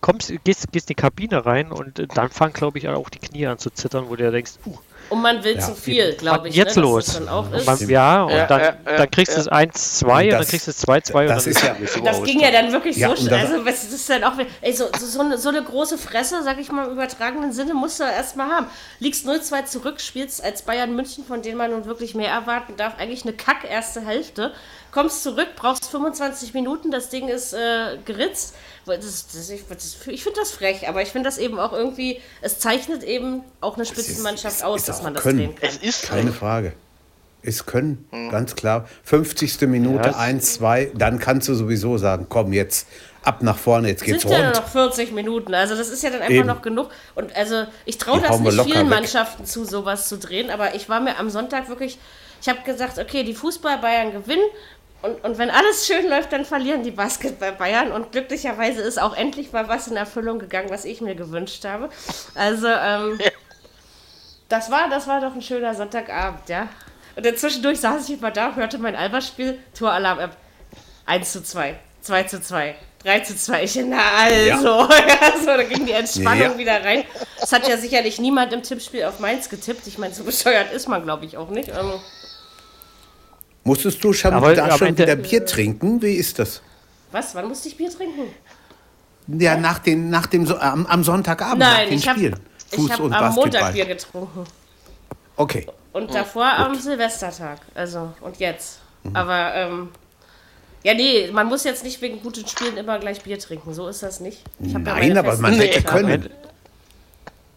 E: kommst, gehst, gehst in die Kabine rein und äh, dann fangen, glaube ich, auch die Knie an zu zittern, wo du ja denkst, uh,
B: Und man will
D: Ja.
B: zu viel, glaube
E: was
B: ich.
E: denn jetzt
B: ne, dass
E: los?
B: Das, dann auch
E: Und
B: ist.
E: man, ja, und
C: Ja,
E: dann,
C: ja, ja,
E: dann kriegst du es 1-2 und, dann
D: das-
E: kriegst du es 2-2 und
D: das
E: dann
D: ist ja-
E: bist du
B: Das
E: raus.
B: ging ja dann wirklich
D: Ja,
B: so
D: und
B: schnell.
D: das-
B: Also, was ist dann auch. Ey, so, so, so, eine, so eine große Fresse, sag ich mal, im übertragenen Sinne, musst du erstmal haben. Liegst 0-2 zurück, spielst als Bayern München, von denen man nun wirklich mehr erwarten darf, eigentlich eine kack-erste Hälfte. Kommst zurück, brauchst 25 Minuten, das Ding ist äh, geritzt. Das, das, ich das, ich finde das frech, aber ich finde das eben auch irgendwie. Es zeichnet eben auch eine Spitzenmannschaft
D: ist-
B: aus,
D: ist
B: dass
D: auch
B: man das
D: Können.
B: sehen kann.
C: Es ist
D: keine Frage. Es können,
C: Hm.
D: ganz klar. 50. Minute,
E: Ja, es-
D: 1, 2, dann kannst du sowieso sagen, komm jetzt, ab nach vorne, jetzt
B: sind
D: geht's
B: ja nur
D: rund.
B: noch 40 Minuten. Also das ist ja dann einfach
D: Eben.
B: noch genug. Und also ich traue
D: Die
B: das
D: hauen wir
B: nicht
D: locker
B: vielen
D: weg.
B: Mannschaften zu, sowas zu drehen, aber ich war mir am Sonntag wirklich, ich habe gesagt, okay, die Fußball-Bayern gewinnen. Und, und wenn alles schön läuft, dann verlieren die Basketball-Bayern. Und glücklicherweise ist auch endlich mal was in Erfüllung gegangen, was ich mir gewünscht habe. Also, ähm, das, war, das war doch ein schöner Sonntagabend, ja. Und inzwischen durch saß ich immer da, hörte mein Alberspiel, Toralarm-App. 1 zu 2, 2 zu 2, 3 zu 2. Ich, na also, ja. so, da ging die Entspannung
D: Ja.
B: wieder rein. Das hat ja sicherlich niemand im Tippspiel auf Mainz getippt. Ich meine, so bescheuert ist man, glaube ich, auch nicht. Ähm,
D: Musstest du schon,
E: Aber
D: da
E: am
D: schon
E: Ende-
D: wieder Bier trinken? Wie ist das?
B: was, wann musste ich Bier trinken?
D: Ja, nach den, nach dem, So- am, am Sonntagabend, nach
B: Nein,
D: den
B: ich habe
D: Spielen.
B: hab am Montag Bier getrunken.
D: Okay.
B: Und davor am Silvestertag. Also, und jetzt.
D: Mhm.
B: Aber, ähm, ja, nee, man muss jetzt nicht wegen guten Spielen immer gleich Bier trinken. So ist das nicht. Ich hab halt- ja
D: Nein,
B: meine
D: aber
B: festen
D: man hätte
B: Regeln.
D: können.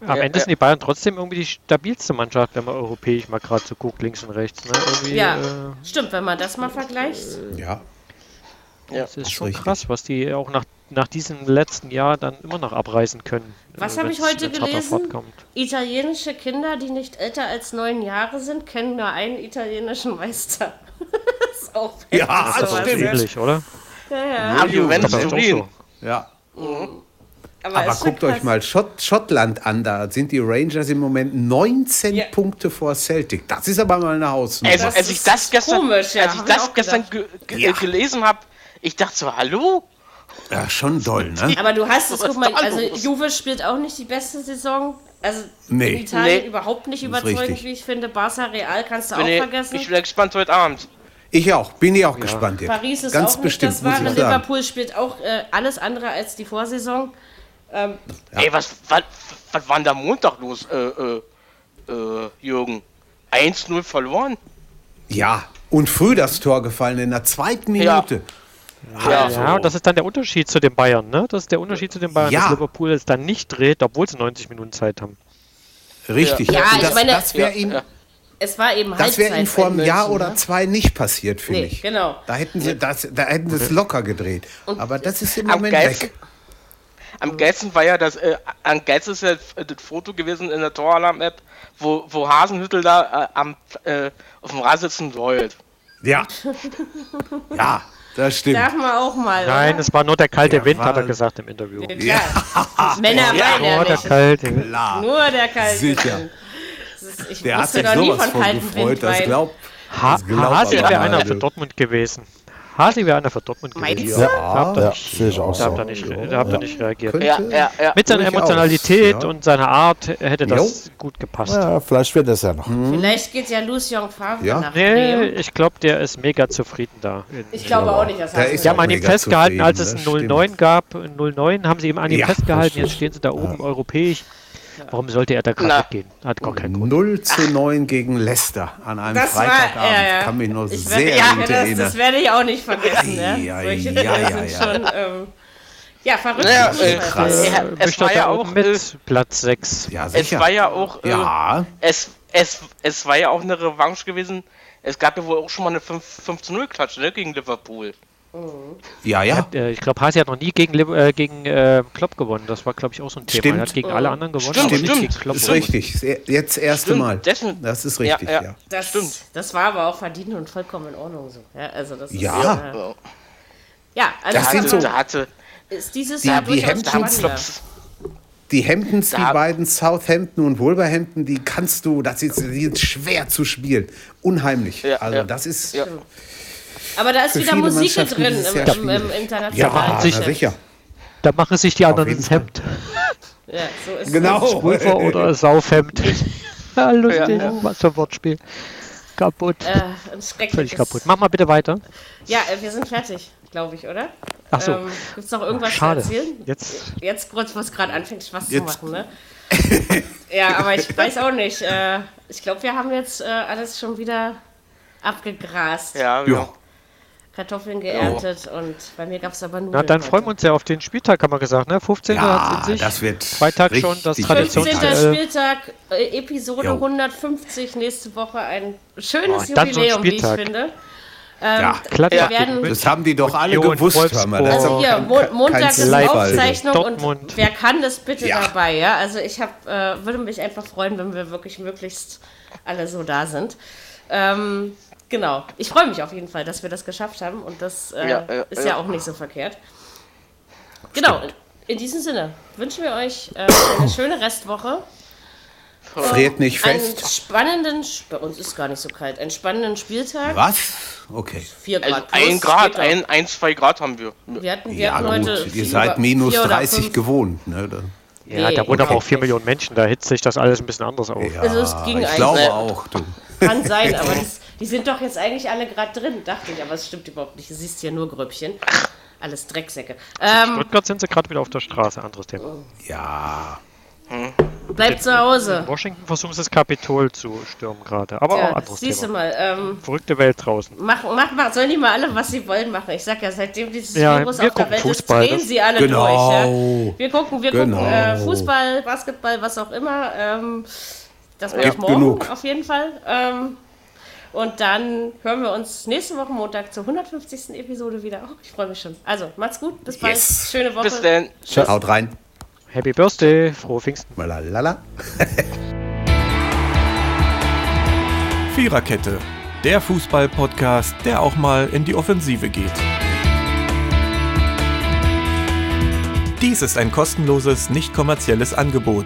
E: Am
C: Ja,
E: Ende
C: ja.
E: sind die Bayern trotzdem irgendwie die stabilste Mannschaft, wenn man europäisch mal gerade so guckt, links und rechts. Ne? Irgendwie, äh,
B: Ja, stimmt, wenn man das mal vergleicht.
D: Ja.
E: das ist schon
D: richtig.
E: krass, was die auch nach, nach diesem letzten Jahr dann immer noch abreißen können.
B: Was
E: äh,
B: habe ich
E: wenn's-
B: heute
E: wenn's hart auf hart
B: gelesen?
E: kommt.
B: Italienische Kinder, die nicht älter als neun Jahre sind, kennen nur einen italienischen Meister. das ist auch
D: Ja,
E: Das ist
D: das
E: auch
D: stimmt.
E: ähnlich, oder?
C: Am Juventus
E: Das ist auch
C: Turin.
E: so.
D: Ja.
B: aber
D: Aber
B: ist schon
D: guckt euch
B: krass.
D: mal Schott, Schottland an. Da sind die Rangers im Moment 19
B: Ja.
D: Punkte vor Celtic. Das ist aber mal eine Hausnummer.
C: Also,
B: Das
C: als ich
B: ist
C: das gestern,
B: komisch, ja,
C: als ich
B: hab ich
C: das
B: auch
C: gestern ge
B: gedacht.
C: ge
D: Ja.
C: gelesen habe, ich dachte so, hallo?
D: ja, schon doll, ne?
B: Aber du hast es,
C: Was
B: guck mal,
C: ist da
B: also
C: los?
B: Juve spielt auch nicht die beste Saison. Also
D: Nee.
B: in Italien
C: Nee.
B: überhaupt nicht
D: Das ist
B: überzeugend,
D: richtig.
B: wie ich finde. Barca Real kannst du
C: Bin
B: auch
C: ich,
B: vergessen.
C: ich bin gespannt heute Abend.
D: Ich auch. Bin ich auch gespannt jetzt.
B: Paris ist
D: Ganz
B: auch
D: bestimmt,
B: nicht das
D: muss
B: Wahre.
D: ich sagen.
B: Liverpool spielt auch äh, alles andere als die Vorsaison.
C: Ey, was, was, was war denn da Montag los, äh, äh, äh, Jürgen? 1-0 verloren?
D: Ja, Und früh das Tor gefallen in der zweiten
C: Ja.
D: Minute.
C: Ja,
E: Ja, und das ist dann der Unterschied zu den Bayern, ne? Das ist der Unterschied zu den Bayern,
D: Ja.
E: dass Liverpool es dann nicht dreht, obwohl sie 90 Minuten Zeit haben.
D: Richtig.
B: Ja,
D: Und
B: ich
D: das,
B: meine-
D: das wäre
C: Ja,
D: ihm,
C: ja.
B: Es war eben
D: das wäre ihm
B: Halbzeit
D: vor einem
B: in
D: Jahr
B: München,
D: oder
B: ne?
D: zwei nicht passiert, finde
B: Nee,
D: ich.
B: genau.
D: Da hätten sie das, da hätten sie es locker gedreht. Aber das ist im
C: Am
D: Moment
C: geilsten-
D: weg.
C: Am geilsten war ja das, äh, am geilsten ist ja das Foto gewesen in der Toralarm-App, wo, wo Hasenhüttel da äh, am, äh, auf dem Rasen sitzen heult.
D: Ja. ja, das stimmt.
B: Darf man auch mal.
E: Nein,
B: oder?
E: es war nur der kalte
D: Ja,
E: Wind, hat er
D: war-
E: gesagt im Interview.
B: Klar. Männer
E: Ja,
B: weinen ja,
E: nur der
B: nicht.
E: kalte Wind.
D: Klar.
B: Nur der kalte
D: Sicher.
B: Wind. Das ist- Ich
D: Der hat
B: wusste
D: sich
B: noch nie
D: sowas
B: von
D: von
B: kaltem Wind
D: gefreut, das
B: weinen.
D: glaubt.
E: Ha
D: glaub
E: Hasi
D: aber
E: wäre
D: mal,
E: einer
D: du.
E: für Dortmund gewesen. Hasi wäre einer für Dortmund
B: Meinst
E: gewesen.
B: du?
E: Da habt ihr
F: ja,
E: nicht-
F: sehe ich auch
E: da habt
F: so.
E: ihr nicht, da habt ihr nicht reagiert.
C: Ja, ja, ja.
E: Mit seiner
D: Durchaus,
E: Emotionalität
D: ja.
E: und seiner Art hätte das gut gepasst.
F: Ja, vielleicht wird das ja noch.
C: Hm?
B: Vielleicht geht ja Lucien Favre
D: Ja.
B: nach
E: Nee,
B: Bremen.
E: ich glaube, der ist mega zufrieden da.
B: Ich glaube auch nicht, dass
D: Der
B: Hasen-
D: ist
E: Sie
D: ja
E: haben an ihm
D: mega
E: festgehalten, als es
D: zufrieden, das
E: ein 09 gab. Ein 09 haben sie eben an ihm
D: Ja,
E: festgehalten. Jetzt
D: richtig.
E: stehen sie da oben europäisch. Warum sollte er da
C: Na.
E: gerade weggehen? Hat gar keinen Grund.
D: 0 zu 9 gegen Leicester an einem
B: Das war,
D: Freitagabend.
B: ja, ja.
D: kann mich noch
B: Ich
D: sehr
B: werde,
D: gut
B: ja, das, das
D: erinnern.
B: werde ich auch nicht vergessen. Ne?
D: Ei, ei,
B: Solche
D: ja,
B: Dinge
D: ja,
B: sind
D: ja.
B: schon ähm, ja, verrückt.
C: Ja,
B: auf
C: äh,
B: jeden Fall.
D: krass.
C: Ja, es
E: Mischt er
C: war ja
E: da
C: auch äh,
E: oben mit Platz 6.
D: Ja,
C: Es
D: sicher.
C: war ja auch, äh,
D: ja,
C: es, es, es war ja auch eine Revanche gewesen. Es gab ja wohl auch schon mal eine 5-0-Klatsche ne, gegen Liverpool.
D: ja, ja.
E: Äh, Ich glaube, Hasi hat noch nie gegen, Liv- äh, gegen äh, Klopp gewonnen. Das war, glaube ich, auch so ein Thema.
D: Stimmt.
E: Er hat gegen alle anderen gewonnen,
C: Stimmt,
E: aber nicht
C: stimmt.
E: gegen Klopp.
D: Ist
E: gewonnen.
D: richtig. Sehr- Jetzt das erste
C: Stimmt,
D: Mal.
C: dessen-
D: Das ist richtig,
C: Ja,
D: ja.
C: ja.
B: Das,
C: Stimmt.
B: das war aber auch verdient und vollkommen in Ordnung so. Ja, also das
D: Ja.
B: Ist, äh,
C: Ja.
B: ja also
D: Das
B: das
D: sind
C: Also,
D: so-
C: da hatte,
B: ist dieses
D: die-
B: Jahr
D: die
B: durchaus
D: Hemden-
B: spannender.
D: Die Hamptons, die
C: Da-
D: beiden Southampton und Wolverhampton, die kannst du, das ist, die sind schwer zu spielen. Unheimlich.
C: Ja,
D: also
C: ja.
D: das ist
C: Ja.
B: Aber da ist
D: Für
B: wieder
D: viele
B: Musik mit
D: Mannschaften
B: drin
D: ist es
B: im,
D: ja
B: im, im
D: schwierig.
B: internationalen
D: na
E: sich-
B: Geschäft.
D: sicher.
E: Da machen sich die anderen
D: jeden
E: ins Hemd.
B: Ja, so ist es.
D: Genau.
E: Pulver oder Saufhemd. ja, lustig.
C: Ja, ja.
E: Was für ein Wortspiel. Kaputt.
B: Äh, ein
E: Völlig
B: schreckliches.
E: kaputt. Mach mal bitte weiter.
B: Ja, äh, wir sind fertig, glaube ich, oder?
E: Ach so.
B: Ähm, Gibt es noch irgendwas
E: Schade.
B: zu erzählen?
E: Jetzt.
B: Jetzt kurz, wo es gerade anfängt, Spaß
D: Jetzt-
B: zu machen, ne? ja, aber ich weiß auch nicht. Äh, ich glaube, wir haben jetzt äh, alles schon wieder abgegrast,
C: Ja,
D: Ja.
C: ja.
B: Kartoffeln geerntet und bei mir gab es aber nur.
E: Na, dann freuen wir uns ja auf den Spieltag, haben wir gesagt, ne? 15.
D: Ja,
E: hat's in sich.
D: das wird
E: Freitag schon, das
D: richtig,
E: Tradition.
B: 15.
D: richtig.
E: Äh,
B: Spieltag, äh, Episode
D: Jo.
B: 150, nächste Woche ein schönes
E: Oh, dann so ein
B: Jubiläum, wie ich
E: Spieltag.
B: finde.
D: Ja,
E: Klatsche.
B: Wir werden-
D: das haben die doch alle
E: Union,
D: gewusst, hör mal. Das ist
B: Also
D: auch
B: hier,
D: Oh, kein-
B: Mo
D: kein
B: Montag ist
E: Zufall.
B: Aufzeichnung
E: Dortmund.
B: und wer kann das bitte
D: Ja.
B: dabei, ja? Also ich hab, äh, würde mich einfach freuen, wenn wir wirklich möglichst alle so da sind. Ähm, genau. Ich freue mich auf jeden Fall, dass wir das geschafft haben und das äh,
C: Ja, ja,
B: ist ja,
C: ja.
B: auch nicht so verkehrt. Genau. In diesem Sinne wünschen wir euch äh, eine schöne Restwoche,
D: Friert nicht
B: einen
D: fest.
B: spannenden, Sp- bei uns ist gar nicht so kalt, einen spannenden Spieltag.
D: Was? Okay.
B: 4
C: Also
B: Grad. plus,
C: ein Grad,
B: geht auch.
C: ein, ein, zwei Grad haben wir.
B: wir hatten, wir
D: Ja,
B: hatten heute
D: gut. Ihr
B: vier
D: seid
B: oder-
D: minus
B: vier oder
D: 30
B: fünf.
D: gewohnt. Ne? Da-
E: ja, da
B: Nee,
E: wohnen aber auch
B: überhaupt
E: 4
B: nicht.
E: Millionen Menschen, da hitzt sich das alles ein bisschen anders auf.
B: Also es ging
D: Ah, Ich
B: eigentlich.
D: glaube auch, du.
B: Kann sein, aber das, die sind doch jetzt eigentlich alle gerade drin, dachte ich, aber es stimmt überhaupt nicht. Du siehst hier nur Gröbchen. Alles Drecksäcke. Ähm,
E: Stuttgart sind sie gerade wieder auf der Straße, anderes Thema.
D: Ja,
B: bleibt zu Hause.
E: Washington versuchen sie das Kapitol zu stürmen gerade, aber auch
B: Ja,
E: Oh, anderes
B: siehst du
E: Thema.
B: mal. Ähm,
E: Verrückte Welt draußen.
B: mach, mach, mach, sollen die mal alle, was sie wollen, machen. Ich sag ja, seitdem dieses
E: Ja,
B: Virus
E: wir
B: auf der
E: gucken
B: Welt
E: Fußball,
B: ist, drehen
E: das-
B: sie alle durch.
D: Genau.
B: Ja? Wir gucken, wir
D: Genau.
B: gucken äh, Fußball, Basketball, was auch immer. Ähm, das mache ich
D: Gibt
B: morgen
D: genug.
B: auf jeden Fall. Ähm, und dann hören wir uns nächste Woche Montag zur 150. Episode wieder. Oh, ich freue mich schon. Also, macht's gut. Bis bald.
D: Yes.
B: Schöne Woche.
C: Bis dann.
D: haut rein.
E: Happy Birthday, frohe Pfingsten.
D: Malalala.
A: Viererkette, der Fußball-Podcast, der auch mal in die Offensive geht. Dies ist ein kostenloses, nicht kommerzielles Angebot.